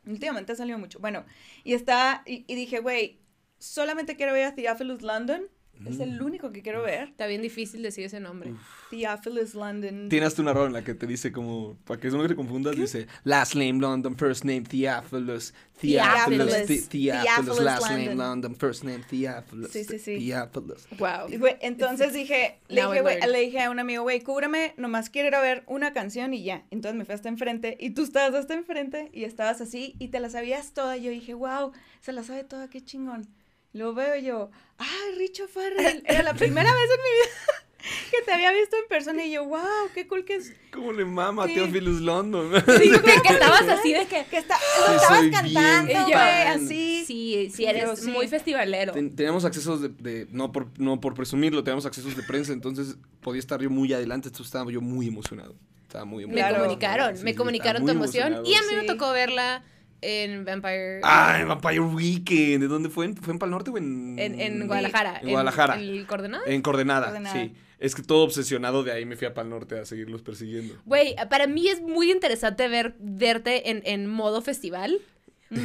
A: Últimamente ha salido mucho. Bueno, y está, y, y dije, güey, solamente quiero ver a Theophilus London. Es el único que quiero ver.
B: Está bien difícil decir ese nombre.
A: Mm. Theophilus London.
C: Tiene hasta una rola en la que te dice como, para que eso no te confundas, dice Last name London, first name Theophilus, Theophilus,
A: Theophilus.
C: Thi- Theophilus,
A: Theophilus
C: last name
A: London.
C: London, first name Theophilus,
A: Sí, sí, sí.
C: Theophilus.
B: Wow.
A: Y, güey, entonces dije, le
B: Now I
A: dije, güey,
B: learn.
A: le dije a un amigo, güey, cúbreme, nomás quiero ir a ver una canción y ya. Entonces me fui hasta enfrente y tú estabas hasta enfrente y estabas así y te la sabías toda. Yo dije, wow, se la sabe toda, "Ah, qué chingón. Lo veo y yo, ay, Richo Farrell, era la primera vez en mi vida que te había visto en persona y yo, wow, qué cool que es.
C: ¿Cómo le mama a
A: Sí.
C: Theophilus London?
B: Digo que, que estabas así de que.
A: Que está,
C: Sí,
A: lo estabas
C: soy bien
A: cantando,
B: fan.
A: güey, así.
B: Sí, sí, eres
A: Yo sí.
B: muy festivalero.
C: Ten- teníamos accesos de, de- no, por, no por presumirlo, teníamos accesos de prensa, entonces podía estar yo muy adelante, entonces estaba yo muy emocionado. Estaba muy
B: Me
C: emocionado.
B: comunicaron,
C: Sí,
B: me
C: sí,
B: comunicaron tu
C: estaba muy
B: emoción.
C: emocionado.
B: Y a mí me
A: Sí.
B: tocó verla en Vampire.
C: Ah, en Vampire Weekend. ¿De dónde fue? ¿En- ¿Fue en Pal Norte o en...?
B: en, en Guadalajara.
C: mm, En Guadalajara.
B: ¿En,
C: En,
B: el Ah, Coordenada?
C: Coordenada,
A: Coordenada.
C: sí. Es que todo obsesionado de ahí me fui a Pal Norte a seguirlos persiguiendo.
B: Güey, para mí es muy interesante ver, verte en, en modo festival.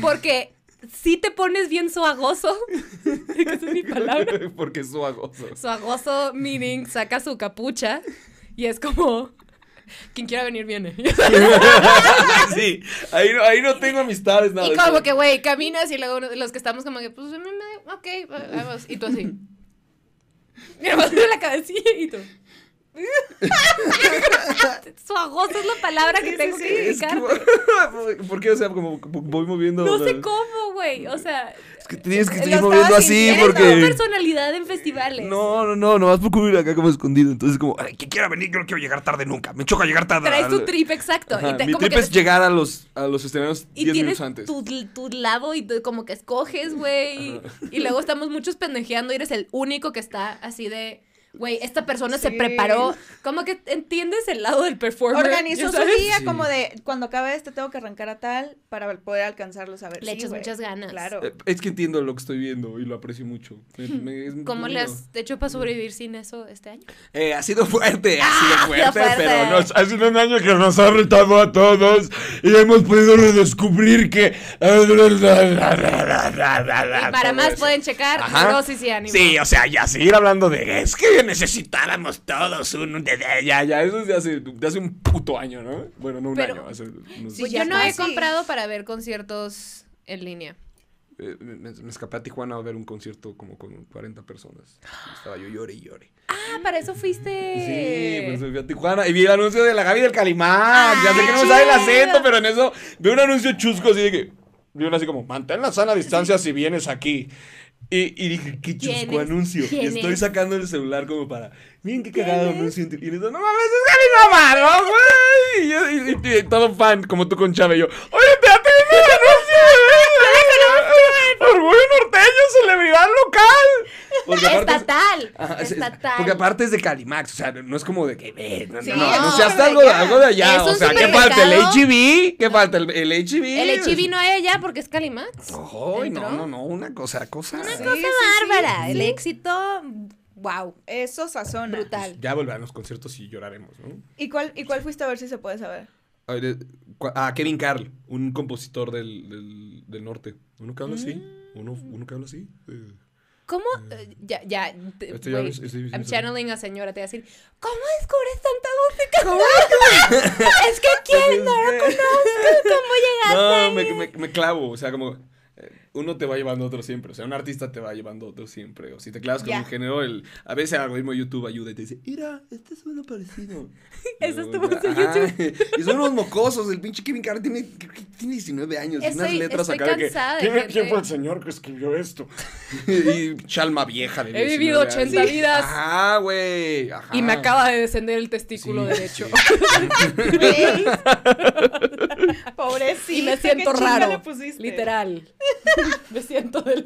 B: Porque sí te pones bien soagoso. Esa es mi palabra.
C: Porque es suagoso.
B: Soagoso, meaning, saca su capucha. Y es como. Quien quiera venir viene.
C: sí, ahí no, ahí no tengo amistades, nada.
B: y como que, güey, caminas y luego uno- los que estamos como que, pues, mm, mm, ok, va- vamos. Y tú así. Me vas la cabecilla y tú. Suagoso es la palabra que
A: Sí, sí,
B: tengo
A: sí,
B: que
C: Es que-
B: dedicar.
C: ¿Por qué? O sea, como voy moviendo...
B: No sé cómo, güey. O sea,
C: Es que tienes que
A: Lo
C: seguir
A: estaba
C: moviendo así
A: sintiendo,
B: tu
C: porque...
B: personalidad en festivales.
C: No, no, no, nomás por cubrir acá como escondido. Entonces, como, ay, que quiera venir, yo no quiero llegar tarde nunca. Me choca llegar tarde.
B: Traes tu
C: Al-
B: trip exacto.
C: Ajá,
B: y te-
C: Mi
B: como
C: trip
B: que-
C: es llegar a los, a los escenarios
B: y
C: 10
B: tienes
C: minutos antes.
B: tu, tu lado y tú como que escoges, güey. Y luego estamos muchos pendejeando y eres el único que está así de, güey, esta persona se
A: Sí.
B: preparó. Como que entiendes el lado del performer. ya
A: Organizó su
B: sabes.
A: día
C: Sí.
A: como de cuando acabe este tengo que arrancar a tal para poder alcanzarlos a ver.
B: Le
A: Sí,
B: echas
A: güey,
B: muchas ganas.
A: Claro.
C: Eh, Es que entiendo lo que estoy viendo y lo aprecio mucho. Me- me- es muy
B: Hmm. ¿Cómo le
C: lindo.
B: has hecho para sobrevivir sin eso este año?
C: Eh, ha sido fuerte, ha sido
B: Ah, sido
C: fuerte,
B: fuerte.
C: pero nos- ha sido un año que nos ha retado a todos y hemos podido redescubrir que...
B: y para
C: Para
B: más pues pueden checar
C: Ah, Ajá.
B: Neurosis y Ánimo.
D: Sí, o sea, ya seguir hablando de es que necesitáramos todos un de, de- ya,
C: Ya, ya, eso es de hace, de hace un puto año, ¿no? Bueno, no un
B: Pero-
C: año, hace unos-
A: Sí,
B: Pues
A: ya
B: yo no he
A: casi.
B: comprado para ver conciertos en línea.
C: Eh, me, me- me escapé a Tijuana a ver un concierto como con 40 personas. Estaba yo llore y llore.
B: Ah, para eso
C: Sí,
B: fuiste.
C: pues me fui a Tijuana y vi el anuncio de la Gaby del Calimán. ya sé
B: qué
C: que no me sabe el
B: chido.
C: acento, pero en eso veo un anuncio chusco así de que. Vi uno así como, mantén la sana distancia si vienes aquí. Y, y dije, qué
B: ¿Quién
C: chusco
B: es?
C: anuncio. Y
B: ¿Quién
C: estoy
B: es?
C: sacando el celular como para, miren qué cagado anuncio. Y en eso, no mames, es Gaby Mamá, no, güey. Y yo- Y, y- y todo fan, como tú con Chávez, yo, oye, espérate, vi el anuncio. Orgullo norteño, celebridad local. Porque aparte-
B: Estatal.
C: Ajá, es- es-
B: Estatal.
C: porque aparte es de Calimax, o sea, no es como de que eh, no,
A: Sí,
C: no, no,
A: es
C: anunciaste
A: de
C: algo, de-
A: allá.
C: algo de allá,
B: Es
C: o
B: un
C: sea, ¿qué falta? ¿El
B: supermercado.
C: HB? ¿Qué falta? ¿El, el HB?
B: El HIV no hay allá porque es Calimax.
C: Ay, no,
B: ¿Entró?
C: no, no, una cosa, cosa.
A: Sí,
B: Cosa
A: sí, sí.
B: bárbara. El éxito, wow.
A: Eso sazona.
B: Brutal.
C: Ya volverán los conciertos y lloraremos, ¿no?
A: ¿Y cuál, ¿Y cuál fuiste a ver si se puede saber?
C: A ver, eh, cua- ah, Kevin Carl, un compositor del, del, del norte. Uno que habla así,
B: Mm.
C: uno, uno que habla así. eh.
B: ¿Cómo? eh, Ya, ya. te-
C: Esto ya
B: güey,
C: es- es difícil.
B: I'm channeling a señora. Te voy a decir, ¿cómo descubres tanta música? es que
C: Pues,
B: quién no
C: eh.
B: lo conozco. ¿Cómo llegaste?
C: No, me, me, me clavo, o sea, como eh, uno te va llevando a otro siempre, o sea, un artista te va llevando a otro siempre, o si te clavas con
A: Ya.
C: un género, el, a veces el algoritmo de YouTube ayuda y te dice, mira, este suena parecido.
B: Eso estuvo
C: Luego,
B: en
C: "Ah", Y son unos mocosos, el pinche Kevin Carr tiene, creo que tiene 19 años, y
B: Estoy-
C: unas letras
B: estoy
C: acá de que,
B: cansada de
C: "¿Quién-
B: gente-
C: ¿quién fue el señor que escribió esto? y chalma vieja de
B: He vivido
C: 19
B: 80
C: años.
B: vidas.
C: Ajá, güey, ajá.
B: Y me acaba de descender el testículo
C: Sí,
B: derecho.
C: sí.
A: Güey. Pobrecito.
B: y me siento
A: ¿qué chinga
B: raro.
A: le pusiste?
B: Literal. me siento del.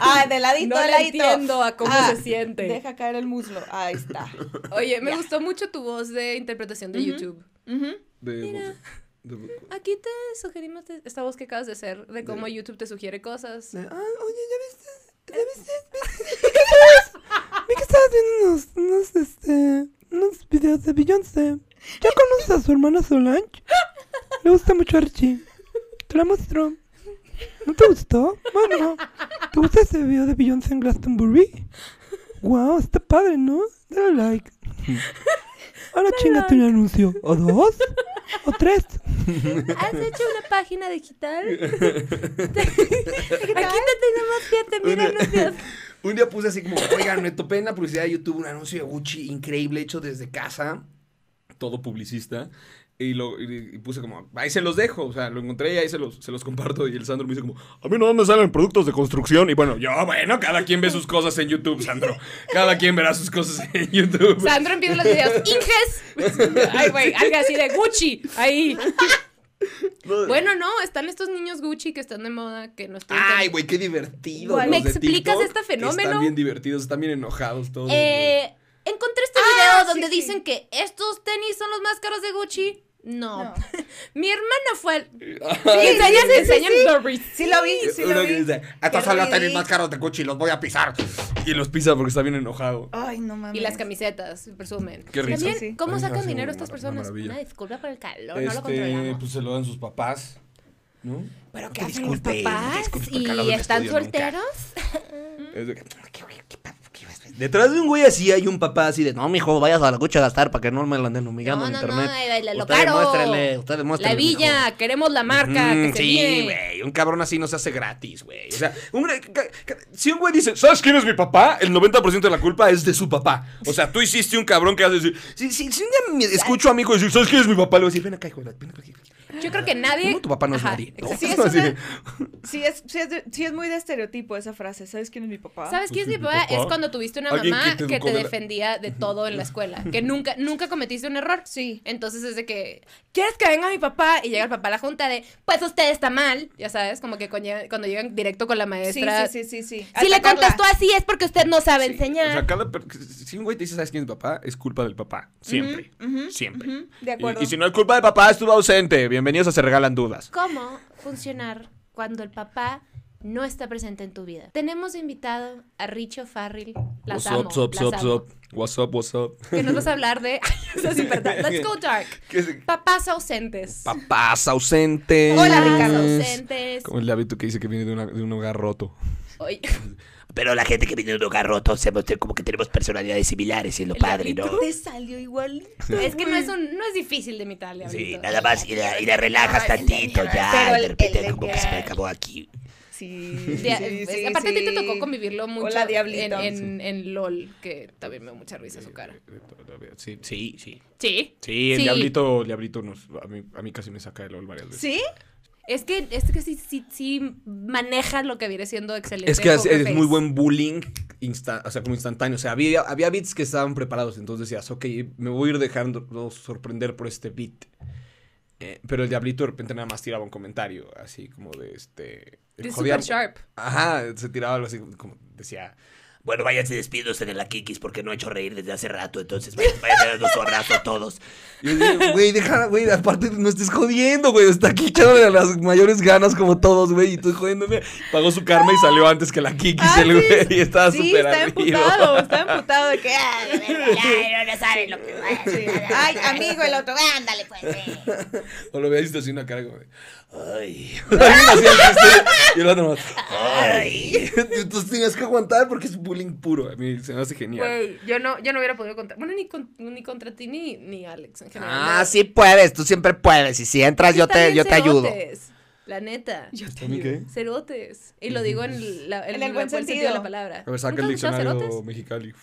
A: Ah, de ladito,
B: No
A: de
B: le
A: ladito.
B: entiendo a cómo
A: Ah,
B: se siente.
A: Deja caer el muslo. Ahí está.
B: Oye, me
A: Ya.
B: gustó mucho tu voz de interpretación de YouTube.
A: Ujú.
C: De-
B: Mira.
C: de-
B: Aquí te sugerimos de- esta voz que acabas de hacer, de cómo YouTube te sugiere cosas.
C: Ah, oye, ya viste, ya viste, vi que estabas, vi que estabas viendo unos, unos, este, unos videos de Beyoncé.
F: ¿Ya conoces a su hermana Solange? Le gusta mucho Archie. Te la mostró. ¿No te gustó? Bueno, ¿te gusta ese video de Beyoncé en Glastonbury? Wow, está padre, ¿no? Dale like. Ahora chingate un anuncio. ¿O dos? ¿O tres?
B: ¿Has hecho una página digital? Aquí te tenemos siete mil
C: Una-
B: anuncios.
C: Un día puse así como, oigan, me topé en la publicidad de YouTube un anuncio de Gucci increíble hecho desde casa, todo publicista. Y, lo, y- y puse como, ahí se los dejo, o sea, lo encontré y ahí se los, se los comparto. Y el Sandro me dice como, a mí no me salen productos de construcción. Y bueno, yo, bueno, cada quien ve sus cosas en YouTube, Sandro. Cada quien verá sus cosas en YouTube.
B: Sandro empieza los videos. ¡Inges! Ay, güey, algo así de Gucci. Ahí. Bueno, no, están estos niños Gucci que están de moda, que no están.
C: Ay, güey, qué divertido.
A: Igual.
C: los
B: ¿Me
C: de
B: explicas
C: TikTok,
B: este
C: que Están
B: fenómeno?
C: bien divertidos, están bien enojados todos. güey.
B: Eh, encontré este
A: Ah,
B: video
A: sí,
B: donde
A: sí.
B: dicen que estos tenis son los más caros de Gucci. No.
A: No.
B: Mi hermana fue al. Sí,
C: Ay,
B: enseñan,
A: sí, sí,
B: enseñan
A: sí.
B: Burberry.
A: Sí lo vi, sí
C: uno
A: lo
C: que
A: vi.
C: dice,
A: Qué
C: estos son los tenis
A: ridículo.
C: más caros de Gucci, los voy a pisar. Y los pisa porque está bien enojado.
A: Ay, no mames.
B: Y las camisetas, presumen.
C: Qué risa.
B: También,
A: Ah, Sí.
B: ¿Cómo
C: Ay, no,
B: sacan
C: sí,
B: dinero
C: una
B: estas
C: mara-
B: personas?
C: una
B: Una,
C: maravilla.
B: disculpa por el calor, no lo
C: este,
B: controlamos. Mm.
C: pues se lo dan sus papás, ¿no?
B: ¿Pero qué
C: que
B: hacen los
C: disculpe,
B: papás?
C: disculpe, el calor
B: ¿Y
C: del
B: están
C: estudio nunca.
B: solteros?
C: Es de que,
D: Detrás de un güey así hay un papá así de, no, mijo, vayas a la Gucci a gastar para que no me la anden
B: No,
D: humillando
B: no,
D: en
B: no,
D: internet.
B: eh, lo
D: Ustedes
B: caro.
D: muéstrenle, ustedes
B: La
D: muéstrenle,
B: villa,
D: mijo".
B: queremos la marca
D: Mm,
B: que se
D: sí,
B: mide.
D: güey, un cabrón así no se hace gratis, güey.
C: O sea, un güey- ca- ca- si un güey dice, ¿sabes quién es mi papá? El 90% de la culpa es de su papá. O sea, tú hiciste un cabrón que hace decir, si, si, si un día me escucho a mi hijo decir, ¿sabes quién es mi papá? Le voy a decir, ven acá, hijo, de la- ven acá. hijo".
B: Yo creo que nadie.
D: No, tu papá no es
B: Ajá,
D: nadie. ¿no?
B: exacto.
A: Sí, es
C: No, así
A: una-
C: de-
A: Sí es, sí, es de- sí es muy de estereotipo esa frase. ¿Sabes quién es mi papá?
B: ¿Sabes quién es mi
C: Pues
B: papá?
C: sí, mi papá.
B: Es cuando tuviste una
C: Alguien
B: mamá
C: que te
B: que
C: educó
B: te
C: de la-
B: defendía de todo en la escuela. Que nunca, nunca cometiste un error.
A: Sí.
B: Entonces es de que, ¿quieres que venga mi papá? Y llega el papá a la junta de, pues usted está mal. Ya sabes, como que coña- cuando llegan directo con la
A: Sí,
B: maestra.
A: sí, sí, sí, sí.
B: Si le
A: Atacarla.
B: contestó así es porque usted no sabe
C: O sea,
B: enseñar.
C: cada per- si un güey te dice, ¿sabes quién es mi papá? Es culpa del papá. Siempre. Siempre.
A: Ujú, De
C: Y-
A: acuerdo.
C: Y, si no es culpa del papá, estuvo ausente. Bienvenidos a Se Regalan Dudas.
B: ¿Cómo funcionar cuando el papá no está presente en tu vida? Tenemos invitado a Richo Farrell. Las amo, las amo.
C: What's up, what's up.
B: Que nos vas a hablar de... Eso sí, verdad. Let's go dark.
C: ¿Qué es-
B: Papás ausentes.
C: Papás ausentes.
A: Hola,
B: Papás
A: Ricardo.
B: ausentes.
C: Como el hábito que dice que viene de, una- de un hogar roto.
B: Oye,
G: Pero la gente que viene de un hogar roto, se- como que tenemos personalidades similares y es lo
B: El
G: padre, ¿no?
A: Te salió igual.
B: es que no es, un- no es difícil de imitarle.
G: Sí,
B: ahorita.
G: nada más y la, y la relajas tantito ya, y de
A: Pero el-
G: repente
A: el-
G: como que se me acabó aquí.
A: Sí.
B: Dia-
A: sí,
B: es-
A: sí,
B: aparte a ti te
A: sí.
B: tocó convivirlo mucho
A: Hola,
B: en,
A: diablito.
B: en, en LOL, que también me da mucha risa su
C: Eh,
B: cara.
C: Sí, sí, sí.
B: Sí.
C: Sí, el
B: Sí.
C: diablito, el diablito nos, a, mí, a mí casi me saca el LOL varias veces.
A: ¿Sí?
B: Es que, es que sí, sí, sí maneja lo que viene siendo excelente.
C: Es que es,
B: poker
C: es
B: face.
C: muy buen bullying, insta- o sea, como instantáneo. O sea, había, había beats que estaban preparados, entonces decías, ok, me voy a ir dejando no, sorprender por este beat. Eh, pero el diablito de repente nada más tiraba un comentario, así como de este...
B: De
C: jodía-
B: super sharp.
C: Ajá, se tiraba algo así como decía...
G: Bueno, váyanse despidiéndose de la Kikis porque no he hecho reír desde hace rato, entonces vayan, vayan dando su abrazo a todos.
C: Y yo digo, Güey, deja, güey, aparte no estés jodiendo, güey. Está aquí echándole las mayores ganas como todos, güey. Y tú jodiéndome. Pagó su karma y salió antes que la Kiki
A: Ah,
C: el
A: sí.
C: güey. Y estaba
A: Sí,
C: súper
A: está
C: arriba.
A: emputado. Está emputado de que. ah, la verga.
H: Ya, no saben lo que
A: Ay, amigo, el otro. ah.
H: Ándale, pues. eh.
C: O lo veas y te hacía una cara como de. Ay. Alguien hacía el chiste y el otro más. Ay. Entonces tenías que aguantar porque es bullying puro. A mí se me hace genial.
B: Güey, yo no, yo no hubiera podido contra... Bueno, ni, con- ni contra ti ni, ni Alex en general.
G: Ah, sí puedes, tú siempre puedes. Y si entras, yo te, yo te ayudo.
B: La neta.
C: ¿A mí qué?
B: Cerotes. Y lo digo en, la- en
A: En el
B: la-
A: buen
B: de la
A: sentido.
B: palabra.
C: A ver, saca
B: ¿Nunca
C: el
B: has escuchado
C: diccionario
B: cerotes?
C: mexicali.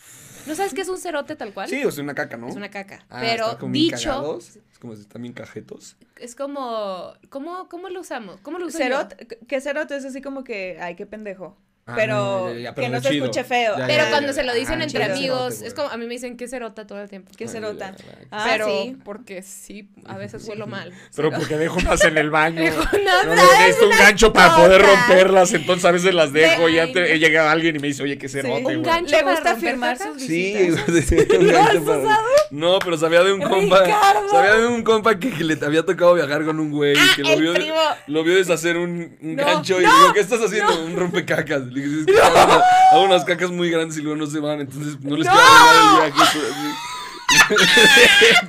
B: ¿No sabes qué es un cerote tal cual?
C: Sí, o sea, una caca, ¿no?
B: Es una caca.
C: Ah,
B: Pero
C: están como bien
B: dicho,
C: cagados. Es como si están bien cajetos.
B: es como. ¿Cómo, cómo lo usamos? ¿Cómo lo usamos?
A: Cerot, que cerote es así como que, ay, qué pendejo.
C: Ah,
A: Pero
C: ya, ya, ya, pero
A: que
C: no
A: no
C: es
A: se
C: chido.
A: escuche feo.
C: Ya, ya,
B: Pero
C: ya,
B: cuando
C: ya.
B: se lo dicen
C: Ah,
B: entre
C: chido.
B: amigos,
C: Cerote,
B: es
C: güey.
B: como. A mí me dicen que cerota todo el tiempo.
A: Que cerota. Ah,
B: Pero
A: sí.
B: porque sí, a veces huelo mal.
C: Pero porque dejo más en el baño.
B: No,
C: No, necesito un gancho para poder romperlas, entonces a veces las dejo y
B: Ay,
C: antes
B: no.
C: llega alguien y me dice, oye, qué cerote,
A: Un
C: güey.
B: gancho.
A: Le
B: para
A: gusta
B: romper
A: firmar
B: caca?
A: sus
C: Sí,
A: visitas.
C: un gancho para- No, pero sabía de un compa.
A: Ricardo. Ah,
C: Sabía de un compa que le había tocado viajar con un güey que lo
A: el
C: vio,
A: primo.
C: lo vio deshacer un, un
A: No,
C: gancho y le
A: no,
C: digo, ¿qué estás haciendo? Un rompecacas. Le dije, "Es que hago, una- hago unas cacas muy grandes y luego no se van, entonces no les queda nada el viaje.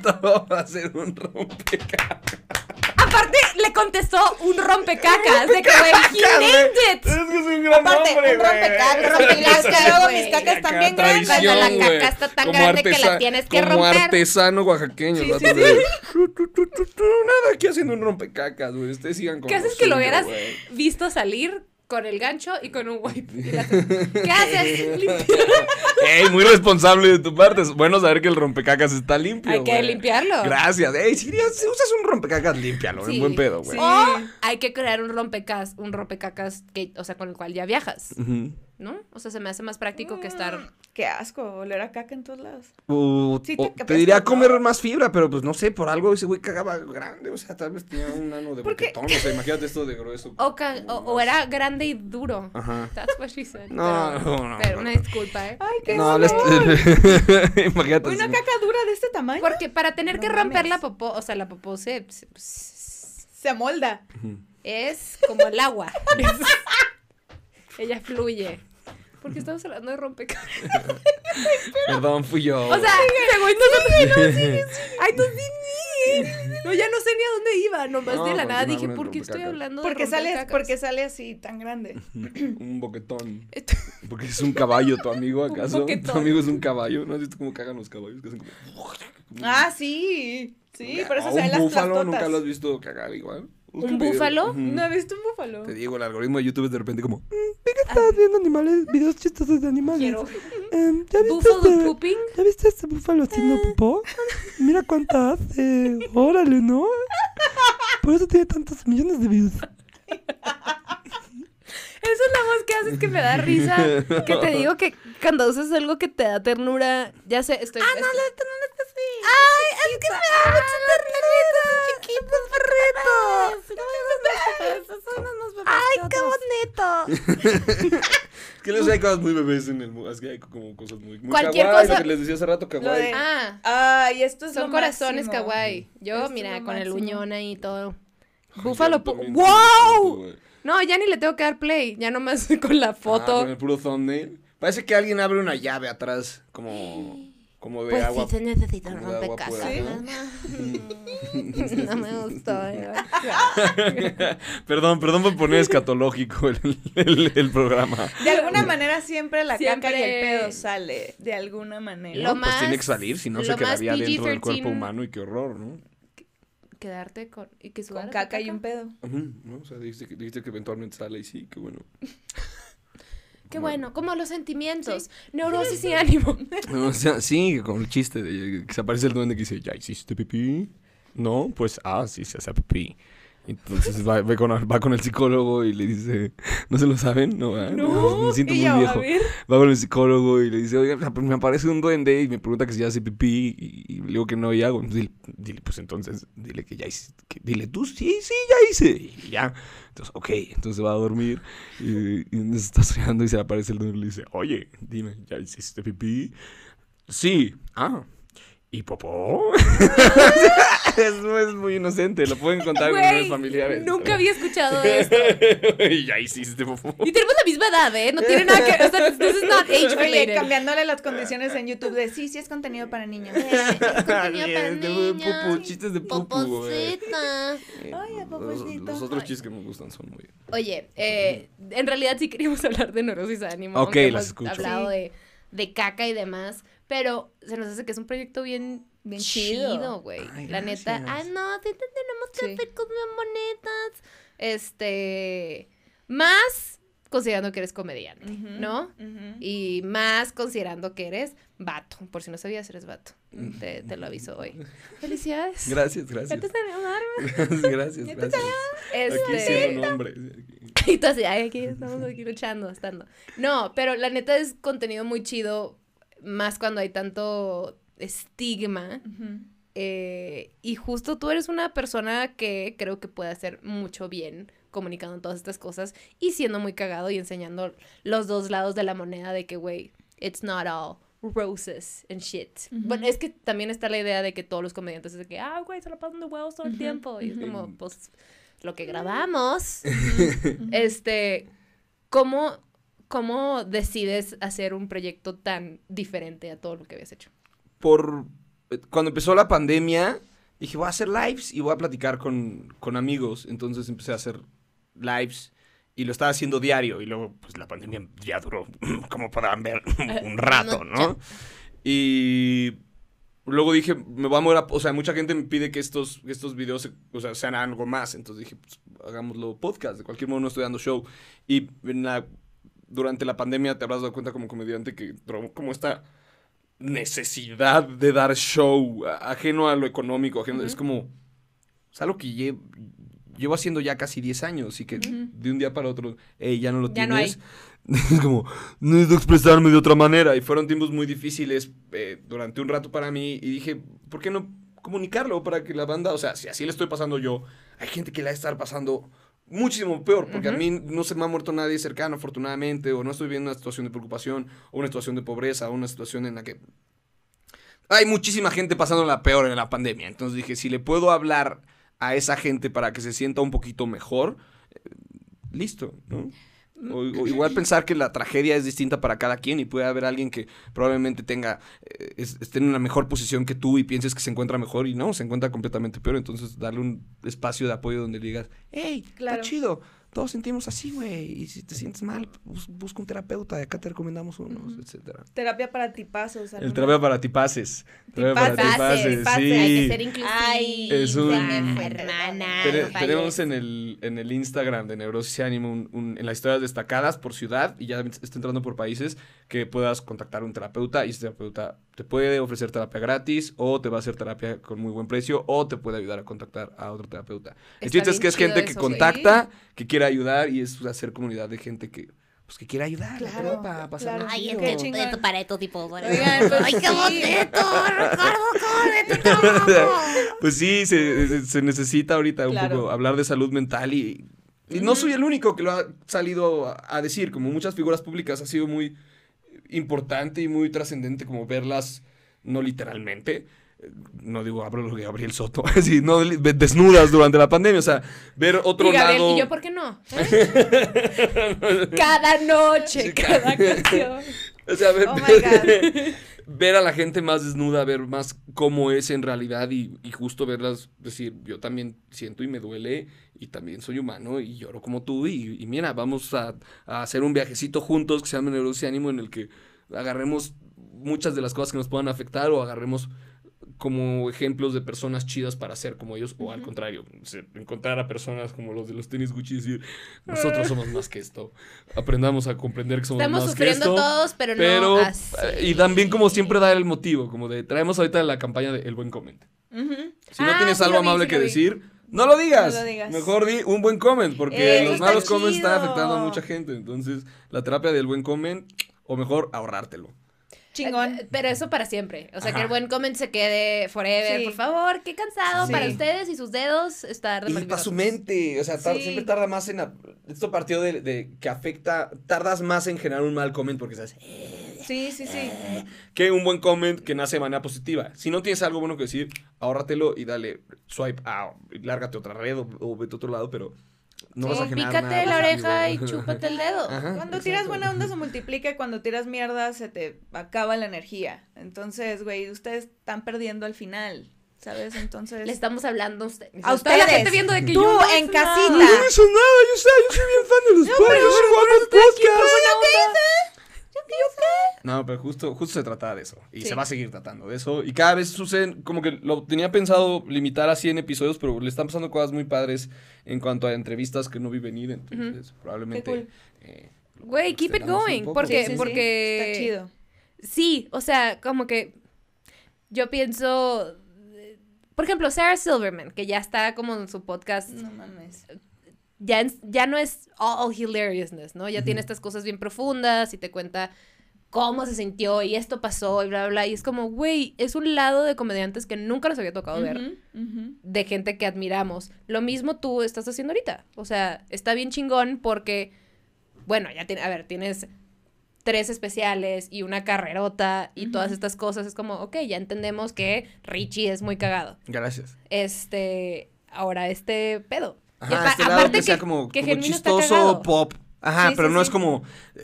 C: Todo va a ser un rompecacas.
B: Aparte, le contestó un rompecacas. De que, güey, he named it.
C: Es que es un gran
A: Aparte,
C: hombre,
A: un
C: güey.
A: rompecacas,
B: rompecacas,
A: rompecacas, luego
B: güey.
A: mis cacas
C: Acá,
A: también grandes.
C: traición,
B: Cuando la
C: güey.
B: caca está tan
C: Como
B: grande que la
C: artesa-
B: tienes que
C: como
B: romper.
C: artesano oaxaqueño. el vato de- Tu, tu, tu, tu, tu, Nada, aquí haciendo un rompecacas, güey. Ustedes sigan con
B: ¿Qué haces
C: lo
B: que lo
C: suyo,
B: hubieras
C: güey.
B: visto salir? con el gancho y con un wipe. Y la- ¿Qué haces? Limpia.
C: ¡Ey, muy responsable de tu parte! Es bueno saber que el rompecacas está limpio.
B: Hay que
C: güey.
B: limpiarlo.
C: Gracias. ¡Ey, si ya- si usas un rompecacas, límpialo!
B: Sí,
C: Es buen pedo,
A: sí.
C: güey.
B: O hay que crear un rompecacas, un rompecacas que, o sea, con el cual ya viajas,
C: Ujú.
B: ¿no? O sea, se me hace más práctico que estar.
A: Qué asco, oler a caca en todos lados.
C: O-
A: Sí,
C: o-
A: te-
C: te diría comer más fibra, pero pues no sé, por algo ese güey cagaba grande. O sea, tal vez tenía un nano de
A: Porque-
C: boquetón. O sea, imagínate esto de grueso.
B: O, ca- o- o era grande y duro.
C: Ajá.
B: That's what she said.
C: No,
B: pero,
C: no, no,
B: pero
C: no.
B: una disculpa, ¿eh?
A: Ay, qué
C: No,
A: asco.
C: le est- imagínate.
A: Una
C: sí.
A: caca dura de este tamaño
B: Porque para tener
A: No
B: que romper
A: mames.
B: la popó, o sea, la popó se, se-
A: se amolda.
B: es como el agua. Es- Ella fluye. Porque estamos hablando de rompecabezas.
C: Perdón, fui yo.
B: O sea, según nosotros- Ay, no sí, sí. No, ya no sé ni a dónde iba. Nomás
C: No,
B: de la
C: porque
B: nada
C: no
B: dije,
C: hablan de
B: ¿por qué estoy
C: rompecacas.
B: hablando de
A: Porque sale,
B: rompecacas?
A: porque sale así tan grande.
C: un boquetón.
B: Esto-
C: Porque es un caballo, tu amigo, ¿acaso? Tu
B: boquetón.
C: amigo es un caballo. ¿No has visto cómo cagan los caballos? Que hacen como-
A: Ah, sí. Sí, por
C: A
A: eso
C: un
A: se ven las
C: búfalo nunca
A: plastotas.
C: lo has visto cagar igual. Busca
B: ¿Un
C: video.
B: búfalo?
C: Ujú.
A: No he visto un búfalo.
C: Te digo, el algoritmo de YouTube es de repente como.
F: Estabas viendo animales, videos chistosos de animales.
B: Quiero.
F: Em, ¿ya, viste
B: Buffalo
F: este,
B: pooping.
F: ¿Ya viste este búfalo haciendo popó? Mira cuánta hace. Órale, ¿no? Por eso tiene tantos millones de views.
B: Esa es la voz que haces que me da risa. Que te digo que cuando usas algo que te da ternura, ya sé, estoy. Ah, no, Ay, es que me da mucha ternurita. Chiquitos
A: Ah,
B: perritos. Ay, qué bonito.
C: Es que les hay cosas muy bebés en el mundo. Es que hay como cosas muy. muy
B: Cualquier
C: kawaii,
B: cosa-
C: Lo que les decía hace rato,
A: Lo
C: kawaii.
A: de-
B: Ah,
A: Ay, esto es
B: son
A: lo
B: corazones
A: máximo.
B: kawaii. Yo,
A: Esto es
B: mira,
A: lo
B: con el
A: máximo.
B: uñón ahí y todo.
C: Yo
B: Búfalo. po-
C: también tengo un
B: ¡Wow!
C: punto, güey.
B: No, ya ni le tengo que dar play. Ya nomás con la
C: Ajá,
B: foto.
C: con el puro thumbnail. Parece que alguien abre una llave atrás, como. Como de
H: Pues
C: agua.
H: sí se necesita un
C: como de agua
H: rompecabezas.
C: pura,
B: No
H: ¿verdad?
B: me gustó. eh.
C: Perdón, perdón por poner escatológico el, el- el programa.
A: De alguna manera siempre la caca y
B: Siempre-
A: el pedo sale. De alguna manera.
B: Lo
C: No, pues tiene que
B: más-
C: salir, si no
B: lo
C: se
B: más
C: quedaría dentro del
B: PG-13
C: cuerpo humano y qué horror, ¿no?
B: Quedarte con. Y que
A: Con
B: sudara tu
A: caca y un pedo.
C: Ujú, ¿no? O sea, dijiste que, dijiste que eventualmente sale y sí, qué bueno.
B: Qué bueno, como los sentimientos, neurosis y ánimo.
C: O sea, sí, con el chiste de que se aparece el duende que dice, ¿ya hiciste pipí? No, pues, ah, sí, se hace pipí. Entonces va, ve con, va con el psicólogo y le dice, ¿no se lo saben? No, ¿verdad? me siento
A: y
C: muy
A: yo, a
C: viejo.
A: ver.
C: Va con el psicólogo y le dice, oiga, pues, me aparece un duende y me pregunta que si ya hace pipí y, y le digo que no y hago. Entonces, dile, dile, pues entonces, dile que ya hice. que- dile tú, sí, sí, ya hice. Y ya. Entonces, ok, entonces va a dormir y, y entonces está soñando y se le aparece el duende y le dice, oye, dime, ¿ya hiciste pipí? Sí. Ah. ¿Y popó? es, es muy inocente, lo pueden contar con
B: Güey,
C: los familiares.
B: Nunca había escuchado esto.
C: ya hiciste popó.
B: Y tenemos la misma edad, ¿eh? No tiene nada que. O sea, this is not age
A: Oye,
B: related.
A: cambiándole las condiciones en YouTube de sí, sí es contenido para niños.
B: contenido para
C: Bien, de pupu,
B: niños.
C: chistes de pupu, güey. Eh,
H: Poposita.
A: Ay, a
C: Los,
A: papacito.
C: los otros chistes que me gustan son muy.
B: Oye, eh, en realidad sí queríamos hablar de neurosis de ánimo.
C: Ok,
B: aunque
C: las
B: hemos
C: escucho.
B: Hablado
A: Sí.
B: de, de caca y demás. Pero se nos hace que es un proyecto bien.
A: Bien
B: chido,
A: chido.
B: güey.
C: Ay,
B: La neta. Ah,
C: gracias.
B: no, sí te tenemos que
A: Sí.
B: hacer con monedas. Este. Más considerando que eres comediante,
A: Ujú.
B: ¿no?
A: Ujú.
B: Y más considerando que eres vato. Por si no sabías, eres vato. Te, te lo aviso hoy. Felicidades.
C: Mm. Gracias,
B: Ya
C: gracias.
B: te salió un árbol.
C: gracias, gracias. gracias. Aquí
B: Este,
C: siendo un hombre.
B: y tú así, ay, aquí estamos aquí luchando, estando. No, pero la neta es contenido muy chido, más cuando hay tanto estigma.
A: Ujú.
B: eh, y justo tú eres una persona que creo que puede hacer mucho bien comunicando todas estas cosas y siendo muy cagado y enseñando los dos lados de la moneda de que, güey, it's not all roses and shit.
A: Ujú.
B: Bueno, es que también está la idea de que todos los comediantes es de que, ah, güey, se la pasan de huevos todo el
A: Ujú, Mm.
B: tiempo. Y es
C: ujú.
B: como, pues, lo que grabamos. este, ¿cómo, ¿cómo decides hacer un proyecto tan diferente a todo lo que habías hecho?
C: Por. Cuando empezó la pandemia, dije, voy a hacer lives y voy a platicar con, con amigos. Entonces empecé a hacer lives y lo estaba haciendo diario. Y luego, pues la pandemia ya duró, como podrán ver, un rato, ¿no? Y luego dije, me voy a mover a- O sea, mucha gente me pide que estos, que estos videos se- o sea, sean algo más. Entonces dije, pues, hagámoslo podcast. De cualquier modo, no estoy dando show. Y en la- durante la pandemia te habrás dado cuenta como comediante que tro- como esta necesidad de dar show a- ajeno a lo económico. ajeno- Es como, es algo que lle- llevo haciendo ya casi 10 años y que de un día para otro, "Ey, ya no lo
B: Ya no
C: tienes. es como, necesito expresarme de otra manera. Y fueron tiempos muy difíciles eh, durante un rato para mí y dije, ¿por qué no comunicarlo para que la banda, o sea, si así le estoy pasando yo, hay gente que la va a estar pasando muchísimo peor, porque a mí no se me ha muerto nadie cercano, afortunadamente, o no estoy viviendo una situación de preocupación, o una situación de pobreza, o una situación en la que hay muchísima gente pasando la peor en la pandemia. Entonces dije, si le puedo hablar a esa gente para que se sienta un poquito mejor, eh, listo, ¿no? O, o igual pensar que la tragedia es distinta para cada quien y puede haber alguien que probablemente tenga, eh, es- esté en una mejor posición que tú y pienses que se encuentra mejor y no, se encuentra completamente peor. Entonces darle un espacio de apoyo donde le digas, hey,
B: Claro.
C: está chido, todos sentimos así, güey, y si te sientes mal, bus- busca un terapeuta, de acá te recomendamos unos, etcétera.
A: Terapia para tipazos.
C: El terapia para tipaces. Terapia para
B: Tipaces,
C: tipaces,
B: tipaces,
C: sí.
B: hay que ser inclusivo.
H: Ay,
C: Es un-
H: hermana.
C: Tene-
H: no falles.
C: tenemos en el, en el Instagram de Neurosis y Ánimo un- un- en las historias destacadas por ciudad y ya está entrando por países que puedas contactar a un terapeuta y ese terapeuta te puede ofrecer terapia gratis o te va a hacer terapia con muy buen precio o te puede ayudar a contactar a otro terapeuta. El
B: Está
C: chiste es
B: bien
C: que es
B: chido
C: gente que
B: eso,
C: contacta, que quiere ayudar y es hacer comunidad de gente que, pues, que quiere ayudar. la
A: Claro,
C: prepa, pasarla
A: claro.
H: Ay,
C: chido.
A: Qué
H: es que
A: chingón.
H: de tu pareto tipo. bueno.
A: Oigan, pues
H: Ay, qué
A: sí.
H: bonito, Ricardo, corre tu trabajo.
C: pues sí, se, se- se necesita ahorita un
A: Claro.
C: poco hablar de salud mental y, y no soy el único que lo ha salido a, a decir, como muchas figuras públicas ha sido muy importante y muy trascendente como verlas, no literalmente, eh, no digo abro lo que Gabriel Soto, así, no li- desnudas durante la pandemia, o sea, ver otro
B: Y Gabriel,
C: lado...
B: ¿y yo por qué no? ¿Eh? cada noche, cada canción.
C: O sea, ver,
A: Oh my
C: ver a la gente más desnuda, ver más cómo es en realidad y, y justo verlas decir, yo también siento y me duele y también soy humano y lloro como tú y, y mira, vamos a, a hacer un viajecito juntos que se llama Neurosis y Ánimo en el que agarremos muchas de las cosas que nos puedan afectar o agarremos como ejemplos de personas chidas para ser como ellos o al contrario, se- encontrar a personas como los de los tenis Gucci y decir, nosotros somos más que esto, aprendamos a comprender que somos
B: Estamos
C: más que
B: sufriendo
C: esto
B: todos, pero,
C: pero
B: no así.
C: eh, y también como siempre dar el motivo, como de traemos ahorita la campaña de el buen comment. Si no
B: Ah,
C: tienes
B: sí
C: algo
B: lo vi,
C: amable
B: sí
C: que
B: lo vi.
C: decir, no lo digas.
A: No lo digas.
C: Mejor di un buen comment porque
A: Eh,
C: los
A: eso
C: malos
A: está
C: comments están
A: chido.
C: afectando a mucha gente, entonces la terapia del buen comment o mejor ahorrártelo.
A: Chingón.
B: Eh, Pero eso para siempre. O sea, que
C: Ajá.
B: el buen comment se quede forever.
A: Sí.
B: Por favor, qué cansado
A: Sí.
B: para ustedes y sus dedos estar de
C: Y para su mente, o sea, tar-
A: Sí.
C: siempre tarda más en... a- Esto partió de, de que afecta, tardas más en generar un mal comment porque sabes,
A: Sí, sí, sí.
C: que un buen comment que nace de manera positiva. Si no tienes algo bueno que decir, ahórratelo y dale swipe a, lárgate a otra red o, o vete a otro lado, pero no vas a
B: O
C: generar
B: Oh, pícate
C: nada
B: la
C: positivo.
B: oreja y chúpate el dedo.
C: Ajá,
A: Cuando
C: exacto.
A: tiras buena onda se multiplica y cuando tiras mierda se te acaba la energía. Entonces, güey, ustedes están perdiendo al final, ¿sabes? Entonces...
B: Le estamos hablando a ustedes.
A: A
B: Está la
A: ustedes.
B: gente viendo de que
A: Tú,
B: yo no
A: en
B: hice
A: casita.
B: nada.
A: Yo
C: No hizo nada, yo sé, yo soy bien fan de los padres, yo soy fan del
A: pues,
C: podcast. No, pero justo, justo se trataba de eso. Y
A: Sí.
C: se va a seguir tratando de eso. Y cada vez suceden, como que lo tenía pensado limitar a 100 episodios, pero le están pasando cosas muy padres en cuanto a entrevistas que no vi venir. Entonces, probablemente.
A: Qué cool.
C: eh,
B: Güey, keep it
C: extendamos un
B: going,
C: poco.
B: porque-
A: Sí, sí, sí.
B: porque-
A: Está chido.
B: Sí, o sea, como que yo pienso, eh, por ejemplo, Sarah Silverman, que ya está como en su podcast,
A: No mames.
B: ya, en- ya no es all hilariousness, ¿no? Ya tiene estas cosas bien profundas y te cuenta cómo se sintió y esto pasó y bla, bla, bla. Y es como, güey, es un lado de comediantes que nunca los había tocado ver
A: Ujú, ujú.
B: de gente que admiramos. Lo mismo tú estás haciendo ahorita. O sea, está bien chingón porque, bueno, ya tiene, a ver, tienes tres especiales y una carrerota y todas estas cosas. Es como, ok, ya entendemos que Richie es muy cagado.
C: Gracias.
B: Este, ahora este pedo. Y
C: Ajá,
B: apa-
C: este lado que, sea como, como
B: Genuino está
C: chistoso
B: cagado.
C: pop. Ajá,
A: Sí,
C: pero
A: sí,
C: no
A: sí.
C: es como. eh,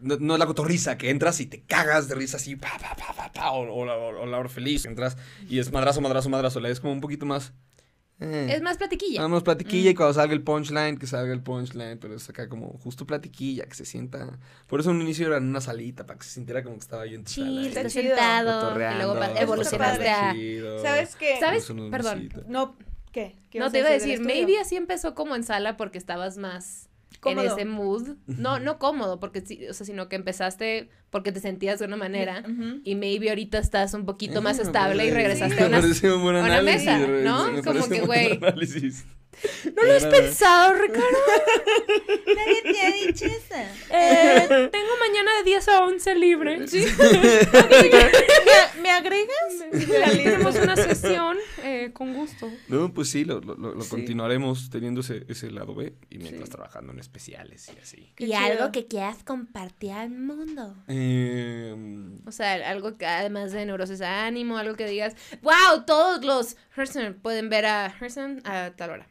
C: No, no es la cotorriza que entras y te cagas de risa así, pa, pa, pa, pa, pa, o, o la, o la hora feliz. Entras y es madrazo, madrazo, madrazo. la- Es como un poquito más. eh,
B: Es Mm. más platiquilla.
C: Vamos, platiquilla y cuando salga el punchline, que salga el punchline, pero es acá como justo platiquilla, que se sienta. Por eso en un inicio era en una salita, para que se sintiera como que estaba yo en tu sala.
B: Chill,
C: ahí,
A: está
B: estás
A: chido.
B: sentado. Y
C: cotorreando,
B: luego pa-
A: está
B: evolucionaste a...
C: chido.
A: ¿Sabes qué?
B: ¿Sabes?
C: Usa una
B: Perdón.
C: mesita.
A: No, ¿Qué? ¿Qué
B: No,
A: vas
B: te iba a
A: del
B: decir,
A: estudio?
B: maybe así empezó como en sala porque estabas más
A: Cómodo.
B: en ese mood. No, no cómodo, porque sí, o sea, sino que empezaste porque te sentías de una manera
A: Ujú.
B: y maybe ahorita estás un poquito más
C: Eh, me
B: estable y
C: parece-
B: regresaste
C: me
B: a una...
C: parece un buen
B: a una
C: análisis,
B: mesa,
C: re-
B: ¿no? Como
C: me parece
B: que,
C: un buen
B: güey.
C: análisis.
B: No lo has pensado, Ricardo.
A: Nadie te ha dicho eso.
B: Eh, tengo mañana de 10 a 11 libre. Sí.
A: ¿Me, me agregas?
B: Tenemos una sesión eh, con gusto.
C: No, pues sí, lo, lo- lo- lo continuaremos teniendo ese, ese lado B y mientras trabajando en especiales y así.
A: Qué
H: Y
A: chido.
H: algo que quieras compartir al mundo.
C: Em,
B: O sea, algo que además de neurosis a ánimo, algo que digas, wow, todos los Herson pueden ver a Herson a tal hora.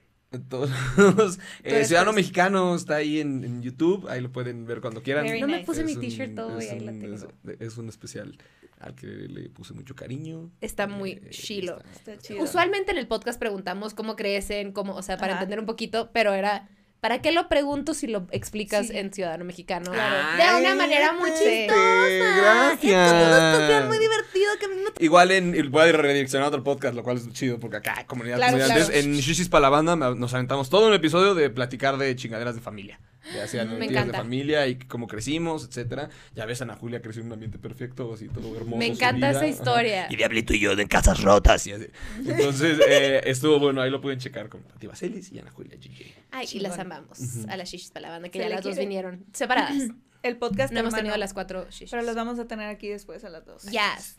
C: todos, eh,
B: eres
C: Ciudadano
B: Chris.
C: Mexicano está ahí en, en YouTube, ahí lo pueden ver cuando quieran.
A: Very
B: No me
A: nice.
B: puse mi
C: un-
B: t-shirt hoy,
C: es
B: ahí la
C: un-
B: tengo.
C: Es, es un especial al que le puse mucho cariño.
B: Está muy
C: Eh,
B: chilo.
C: está-
A: Está chido.
B: Usualmente en el podcast preguntamos cómo crecen, cómo, o sea, para
A: Ajá.
B: entender un poquito, pero era, ¿para qué lo pregunto si lo explicas
A: Sí.
B: en Ciudadano Mexicano?
C: Claro.
B: De una manera muy
A: Sí.
B: chistosa.
C: Gracias.
H: muy divertido que a mí me
C: Igual en el voy a redireccionar a otro podcast, lo cual es chido porque acá comunidad
A: Claro,
C: comediantes
A: claro.
C: en Shishis para la banda ma- nos aventamos todo un episodio de platicar de chingaderas de familia. De hacia
B: Me
C: mentiras de
B: encanta.
C: familia y cómo crecimos, etcétera. Ya ves Ana Julia creció en un ambiente perfecto, así todo hermoso.
B: Me
C: su
B: encanta
C: vida.
B: esa
C: Ajá.
B: historia.
G: Y Diablito y yo en casas rotas.
C: Y así. Entonces, eh, estuvo bueno, ahí lo pueden checar con Pati Vaselis y Ana Julia GJ.
B: Ay, y
A: Chingón.
B: las amamos. A las shishis para la banda, que
A: Se
B: ya
A: le
B: las dos
A: quiere.
B: vinieron separadas.
A: El podcast
B: No hemos
A: hermano.
B: tenido las cuatro shishis.
A: Pero los vamos a tener aquí después a las dos.
B: Yes.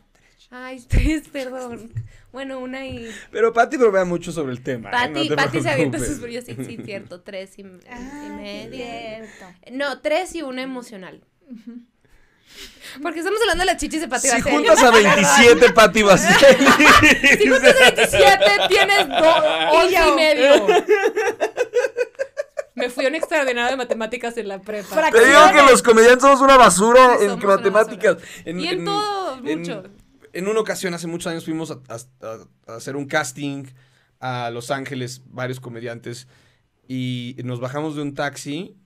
B: Ay, tres, perdón. Bueno, una y.
C: Pero Pati bromea mucho sobre el tema. ¿eh? No
B: Pati,
C: te
B: Pati pues, se avienta
C: preocupes.
B: sus brillos. Sí, sí, cierto. Tres y, y media.
A: Cierto.
B: No, tres y una emocional. Porque estamos hablando de las chichis de Pati
C: Si
B: Vaselis.
C: juntas a 27 Pati Vaselis.
B: Si juntas a 27, tienes dos, once y medio. oh. Me fui a un extraordinario de matemáticas en la prepa.
C: Te digo que los comediantes somos una basura
B: Somos
C: en
B: una
C: matemáticas.
B: Y en todo,
C: en-
B: mucho.
C: En una ocasión, hace muchos años, fuimos a, a- a- a hacer un casting a Los Ángeles, varios comediantes, y nos bajamos de un taxi,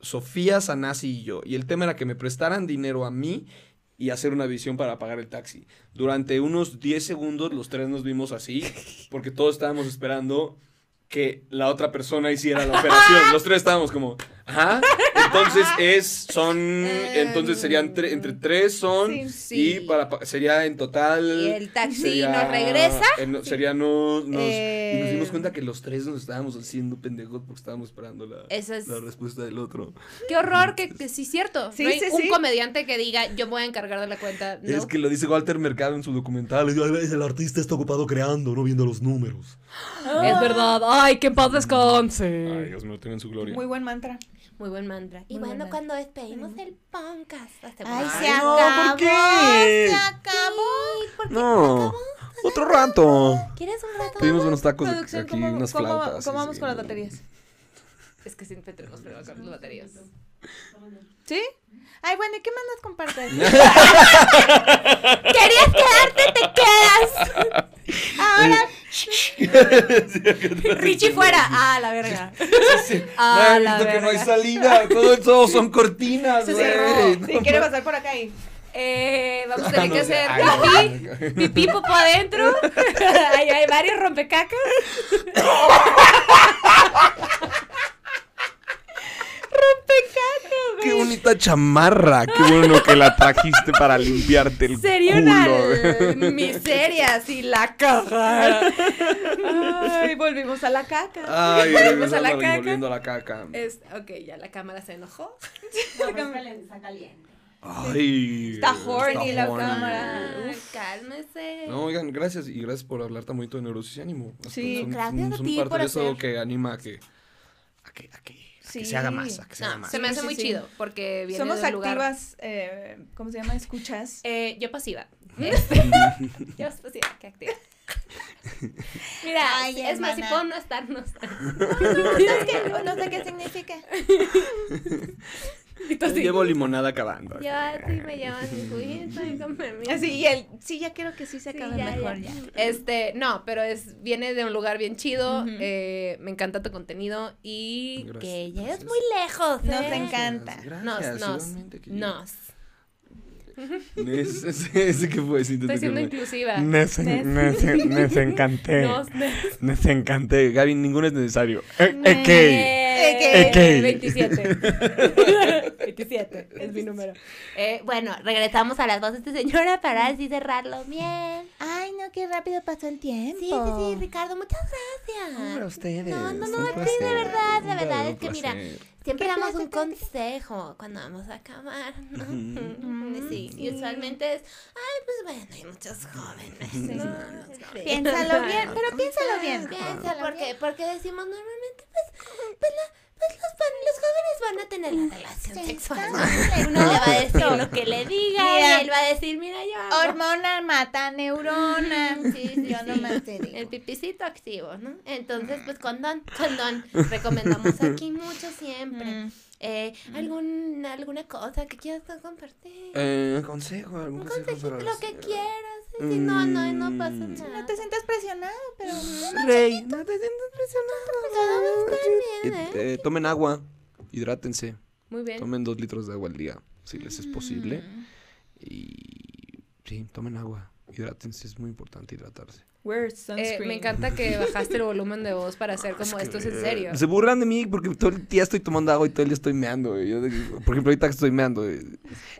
C: Sofía, Sanasi y yo. Y el tema era que me prestaran dinero a mí y hacer una visión para pagar el taxi. Durante unos 10 segundos los tres nos vimos así, porque todos estábamos esperando que la otra persona hiciera la operación. Los tres estábamos como, ajá. Entonces es, son, entonces serían tre- entre tres son,
A: Sí,
B: sí.
C: y para, pa- sería en total.
B: Y el taxi
C: sería-
B: nos regresa.
C: en- no- Sería no, nos, y nos
B: Eh.
C: dimos cuenta que los tres nos estábamos haciendo pendejos porque estábamos esperando la,
B: Eso es-
C: la respuesta del otro.
B: Qué horror que, que sí, cierto.
A: Sí,
B: no hay
A: sí,
B: un
A: sí.
B: comediante que diga, yo me voy a encargar de la cuenta. No.
C: Es que lo dice Walter Mercado en su documental.
I: El artista está ocupado creando, no viendo los números.
B: Es verdad. Ay, que en paz descanse.
C: Ay, Dios mío, lo tenga en su gloria.
A: Muy buen mantra.
B: Muy buen mantra.
H: Y bueno, cuando despedimos el podcast. hasta pronto.
C: Ay, no, ¿por qué?
H: acabó. ¿Por qué?
C: No, otro rato.
H: ¿Quieres un rato?
C: Pedimos unos tacos de
A: Producción,
C: aquí,
A: ¿cómo,
C: unas
A: cómo-
C: flautas.
A: cómo
C: sí,
A: vamos
C: sí,
A: con las
C: no.
A: baterías?
B: Es que siempre tenemos problemas con las baterías.
A: ¿Sí? Ay, bueno, ¿y qué más nos compartes?
H: ¿Querías quedarte? Te quedas.
B: Richie fuera. Ah, la verga. Ah,
C: Ay,
B: la
C: visto que no hay
B: verga.
C: salida. Todo todo son cortinas,
B: Se
C: güey.
B: cerró.
C: No
A: Sí, quiere pasar por acá y.
B: Eh, vamos a tener
C: no
B: que
C: sé.
B: hacer
C: Ay, no,
B: pipí. Pipí popo adentro. Ahí hay varios rompecacas.
C: Qué bonita chamarra. Qué bueno que la trajiste para limpiarte el
B: Sería
C: culo.
B: una
C: güey.
B: miseria si la cagara.
A: Ay, volvimos a la caca.
C: Ay,
B: Volvemos a la
C: regresando y
B: caca.
C: volviendo a la caca.
B: Es- ok, ya la cámara se enojó.
C: Ay,
A: Está horny la cámara.
B: Ay, cálmese.
C: No, oigan, gracias y gracias por hablar tan bonito de neurosis y ánimo.
A: Sí,
H: gracias a
C: son
H: ti
C: parte
H: por
C: de eso
H: hacer.
C: que anima a que, a que, a que, a que
A: Sí.
C: se haga más, a que se haga
B: No,
C: más.
B: se me hace
A: Sí,
B: muy
A: sí, sí.
B: chido porque viene
A: Somos
B: de un lugar-
A: activas, eh, ¿cómo se llama? Escuchas.
B: Eh, yo pasiva. Este, yo más pasiva que activa. Mira,
H: Ay,
B: es más, si
H: hermana.
B: puedo no estar, no estar.
H: No sé qué significa.
B: Y tú
C: Yo
B: así,
C: Llevo limonada acabando.
B: Yo así me llevan mi juguito y con permiso.
A: Así, y el, Eh, sí, ya quiero que sí se
B: Sí,
A: acabe
B: ya,
A: mejor.
B: ya.
A: Ya.
B: Este, no, pero es, viene de un lugar bien chido.
A: Ujú.
B: eh, me encanta tu contenido y
C: Gracias,
B: que
H: Es
C: gracias.
H: muy lejos.
A: Nos
H: ¿eh?
A: encanta.
C: Gracias,
B: nos, nos,
C: igualmente, que yo-
B: nos.
C: Ese, ese- ese que fue, sí,
B: Estoy
C: te toca,
B: siendo
C: güey.
B: inclusiva.
D: Nes,
A: Nes.
D: nes, nes encanté.
B: No, nes.
D: Nes encanté. Gaby, ninguno es necesario. Eh, eh, que-
B: Eh,
D: Eh, ¿qué?
B: 27. 27 es mi número.
H: Eh, bueno, regresamos a las voces de señora para así cerrarlo bien. Ay, no, qué rápido pasó el tiempo. Sí, sí, sí, Ricardo, muchas gracias.
C: Hombre, ustedes.
H: No, no,
C: un
H: no, sí,
C: placer,
H: de verdad, la
C: un
H: verdad es
C: verdadero
H: que mira,
C: placer.
H: siempre
B: Qué
H: damos
B: placer
H: un
B: tan-
H: consejo cuando vamos a acabar, ¿no?
B: Ujú.
H: Sí, y usualmente es, ay, pues bueno, hay muchos jóvenes, ¿no? Los jóvenes.
B: Piénsalo bien,
H: pero piénsalo bien. Piénsalo porque, porque decimos normalmente, pues, pues, la- pues los, van- los jóvenes van a tener la relación sexual. ¿no? Uno le va a decir lo que le diga
J: Mira.
H: y él va a decir, mira, yo hago
J: Hormona mata neurona.
H: Sí, sí,
J: Yo
H: sí.
J: nomás te digo.
H: El pipicito activo, ¿no?
J: Ah.
H: Entonces, pues condón, condón. Recomendamos aquí mucho siempre.
J: Mm.
H: Eh, ¿algún, ¿Alguna cosa que quieras tú compartir?
C: Eh, consejo, algún
H: Un
C: consejo
H: consejito,
C: para
H: lo
C: los-
H: que quieras. Sí, sí, no, no, no pasa
C: Pues, Mm.
H: nada. Pues,
J: No te sientas presionado, pero.
A: Mm.
C: Rey, no te sientas presionado. Eh, eh, tomen agua, hidrátense,
B: Muy bien.
C: tomen dos litros de agua al día, si les es posible.
H: Mm.
C: Y sí, tomen agua, hidrátense, es muy importante hidratarse.
A: Wear
B: Eh,
A: sunscreen.
B: me encanta que bajaste el volumen de voz para hacer como esto es en serio.
C: Se burlan de mí porque todo el día estoy tomando agua y todo el día estoy meando. güey. Yo de- por ejemplo, ahorita que estoy meando. eh,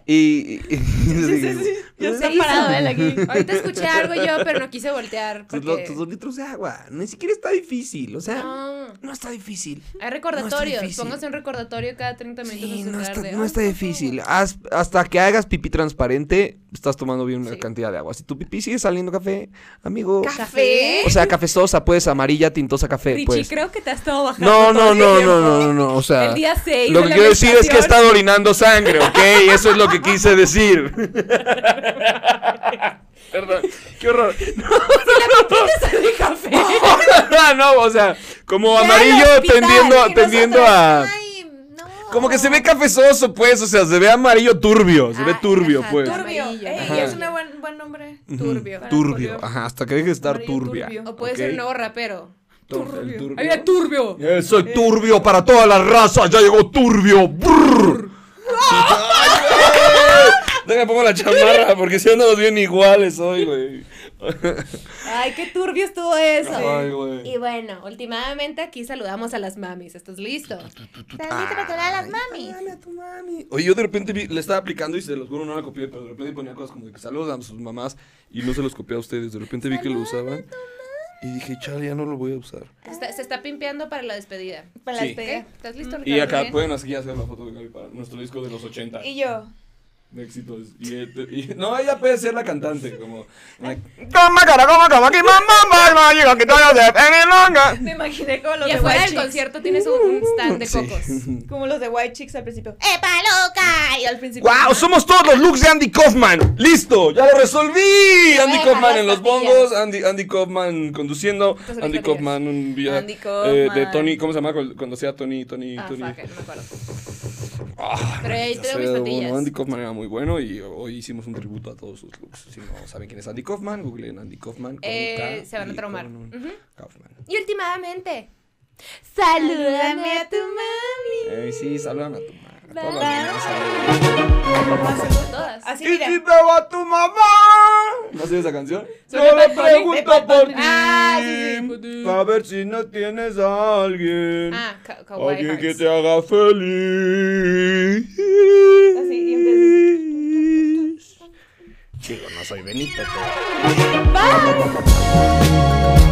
C: Y. y- y-
A: Yo
B: Se
C: "Ah,
A: estoy
B: hizo.
A: parado él aquí.
B: Ahorita escuché algo yo, pero no quise voltear.
C: Tus do-
B: Porque...
C: pues tus dos litros de agua. Ni siquiera está difícil. O sea, no,
B: No.
C: está difícil.
B: Hay recordatorios.
C: difícil.
B: Póngase un recordatorio cada 30 minutos.
C: Sí,
B: en
C: no
B: lugar
C: está,
B: de,
C: no
B: "Ah,
C: está
B: no,
C: difícil. Haz- hasta que hagas pipí transparente, estás tomando bien una
B: Sí.
C: cantidad de agua. Si tu pipí sigue saliendo café, amigo.
B: ¿Café?
C: O sea, cafezosa, pues, amarilla, tintosa, café,
B: Richie,
C: pues.
B: creo que te has estado bajando.
C: No,
B: todo
C: no,
B: el
C: no,
B: tiempo.
C: no, no, no, no, o sea.
B: El día 6.
C: Lo que quiero decir es que he estado orinando sangre, ¿ok? Eso es lo que quise decir. Perdón, qué horror.
B: de café.
C: no, o sea, como amarillo tendiendo, tendiendo a... Como que se ve cafezoso, pues, o sea, se ve amarillo turbio, se ve
B: Ah,
C: turbio,
B: ajá,
C: pues.
A: Turbio.
B: Amarillo.
A: Ey,
C: Ajá.
A: es un buen, buen nombre. Turbio. para
C: Turbio,
A: color.
C: ajá, hasta que deje de estar
A: Amarillo
C: turbia.
A: turbio.
B: O puede ser un nuevo rapero.
C: Turbio. El turbio.
B: ¡Ay, turbio!
C: Eh, soy turbio para toda la raza, ya llegó turbio. brr. Ay, güey. Déjame pongo la chamarra porque si andamos bien iguales hoy, güey.
B: ¡Ay, qué turbio estuvo eso!
C: Ay, güey.
B: Y bueno, últimamente aquí saludamos a las mamis. ¿Estás listo?
J: ¿Estás listo para saludar a las mamis?
C: Oye, yo de repente vi- le estaba aplicando y se los juro, no la copié, pero de repente ponía cosas como de que saludan a sus mamás y no se los copié a ustedes. De repente vi que lo usaban y dije, chale, ya no lo voy a usar.
B: Está- se está pimpeando para la despedida.
J: Para la
C: Sí.
B: ¿Ok?
J: despedida.
B: ¿Estás listo,
H: Mm.
B: Ricardo?
C: Y acá pues,
B: ¿Bien?
C: pueden así hacer la foto de Gaby para nuestro disco de los 80
A: Y yo.
C: de éxitos. Y, y- no, ella puede ser la cantante, como. like,
A: Me imaginé como los
B: Y
A: de
B: afuera
A: White
B: del
A: Chicks.
B: concierto tienes un,
H: Mm.
B: un stand de
C: Sí.
B: cocos.
A: Como los de White Chicks al principio.
J: ¡Epa loca!
A: Y al principio.
C: ¡Wow! ¡Somos todos los looks de Andy Kaufman! ¡Listo! ¡Ya lo resolví! Andy
B: dejar
C: Kaufman
B: las
C: en los
B: patillas.
C: bongos, Andy, Andy Kaufman conduciendo,
B: Entonces,
C: Andy
B: patillas.
C: Kaufman un día
A: Andy
C: eh, de
A: Kaufman.
C: Tony, ¿cómo se llama? Cuando cuando hacía Tony, Tony,
B: Ah, fuck,
C: Tony.
B: no me acuerdo.
C: Ah,
B: Pero ahí
C: maldita
B: tengo
C: sea,
B: mis
C: bueno,
B: patillas.
C: Andy Kaufman era muy bueno y hoy hicimos un tributo a todos sus looks. Si no saben quién es Andy Kaufman, googleen Andy Kaufman. con
B: Eh,
C: K
B: se van a
C: y
B: traumar.
C: con un
B: Ujú.
C: Kaufman.
B: Y últimamente,
H: Salúdame a tu mami.
C: Eh, sí, salúdame a tu mamá. a todas las
H: Bye.
C: mamás, salúdame.
B: todas.
A: Así
C: ¿Y
A: mira.
C: si te va tu mamá? ¿No sabes esa canción? Yo le pregunto por ti.
B: Ah, sí, sí.
C: A ver si no tienes a alguien.
B: Ah, Ka- Kawaii
C: alguien que
B: Hearts.
C: te haga feliz.
A: Así, y
C: Digo, no soy Benito, pero.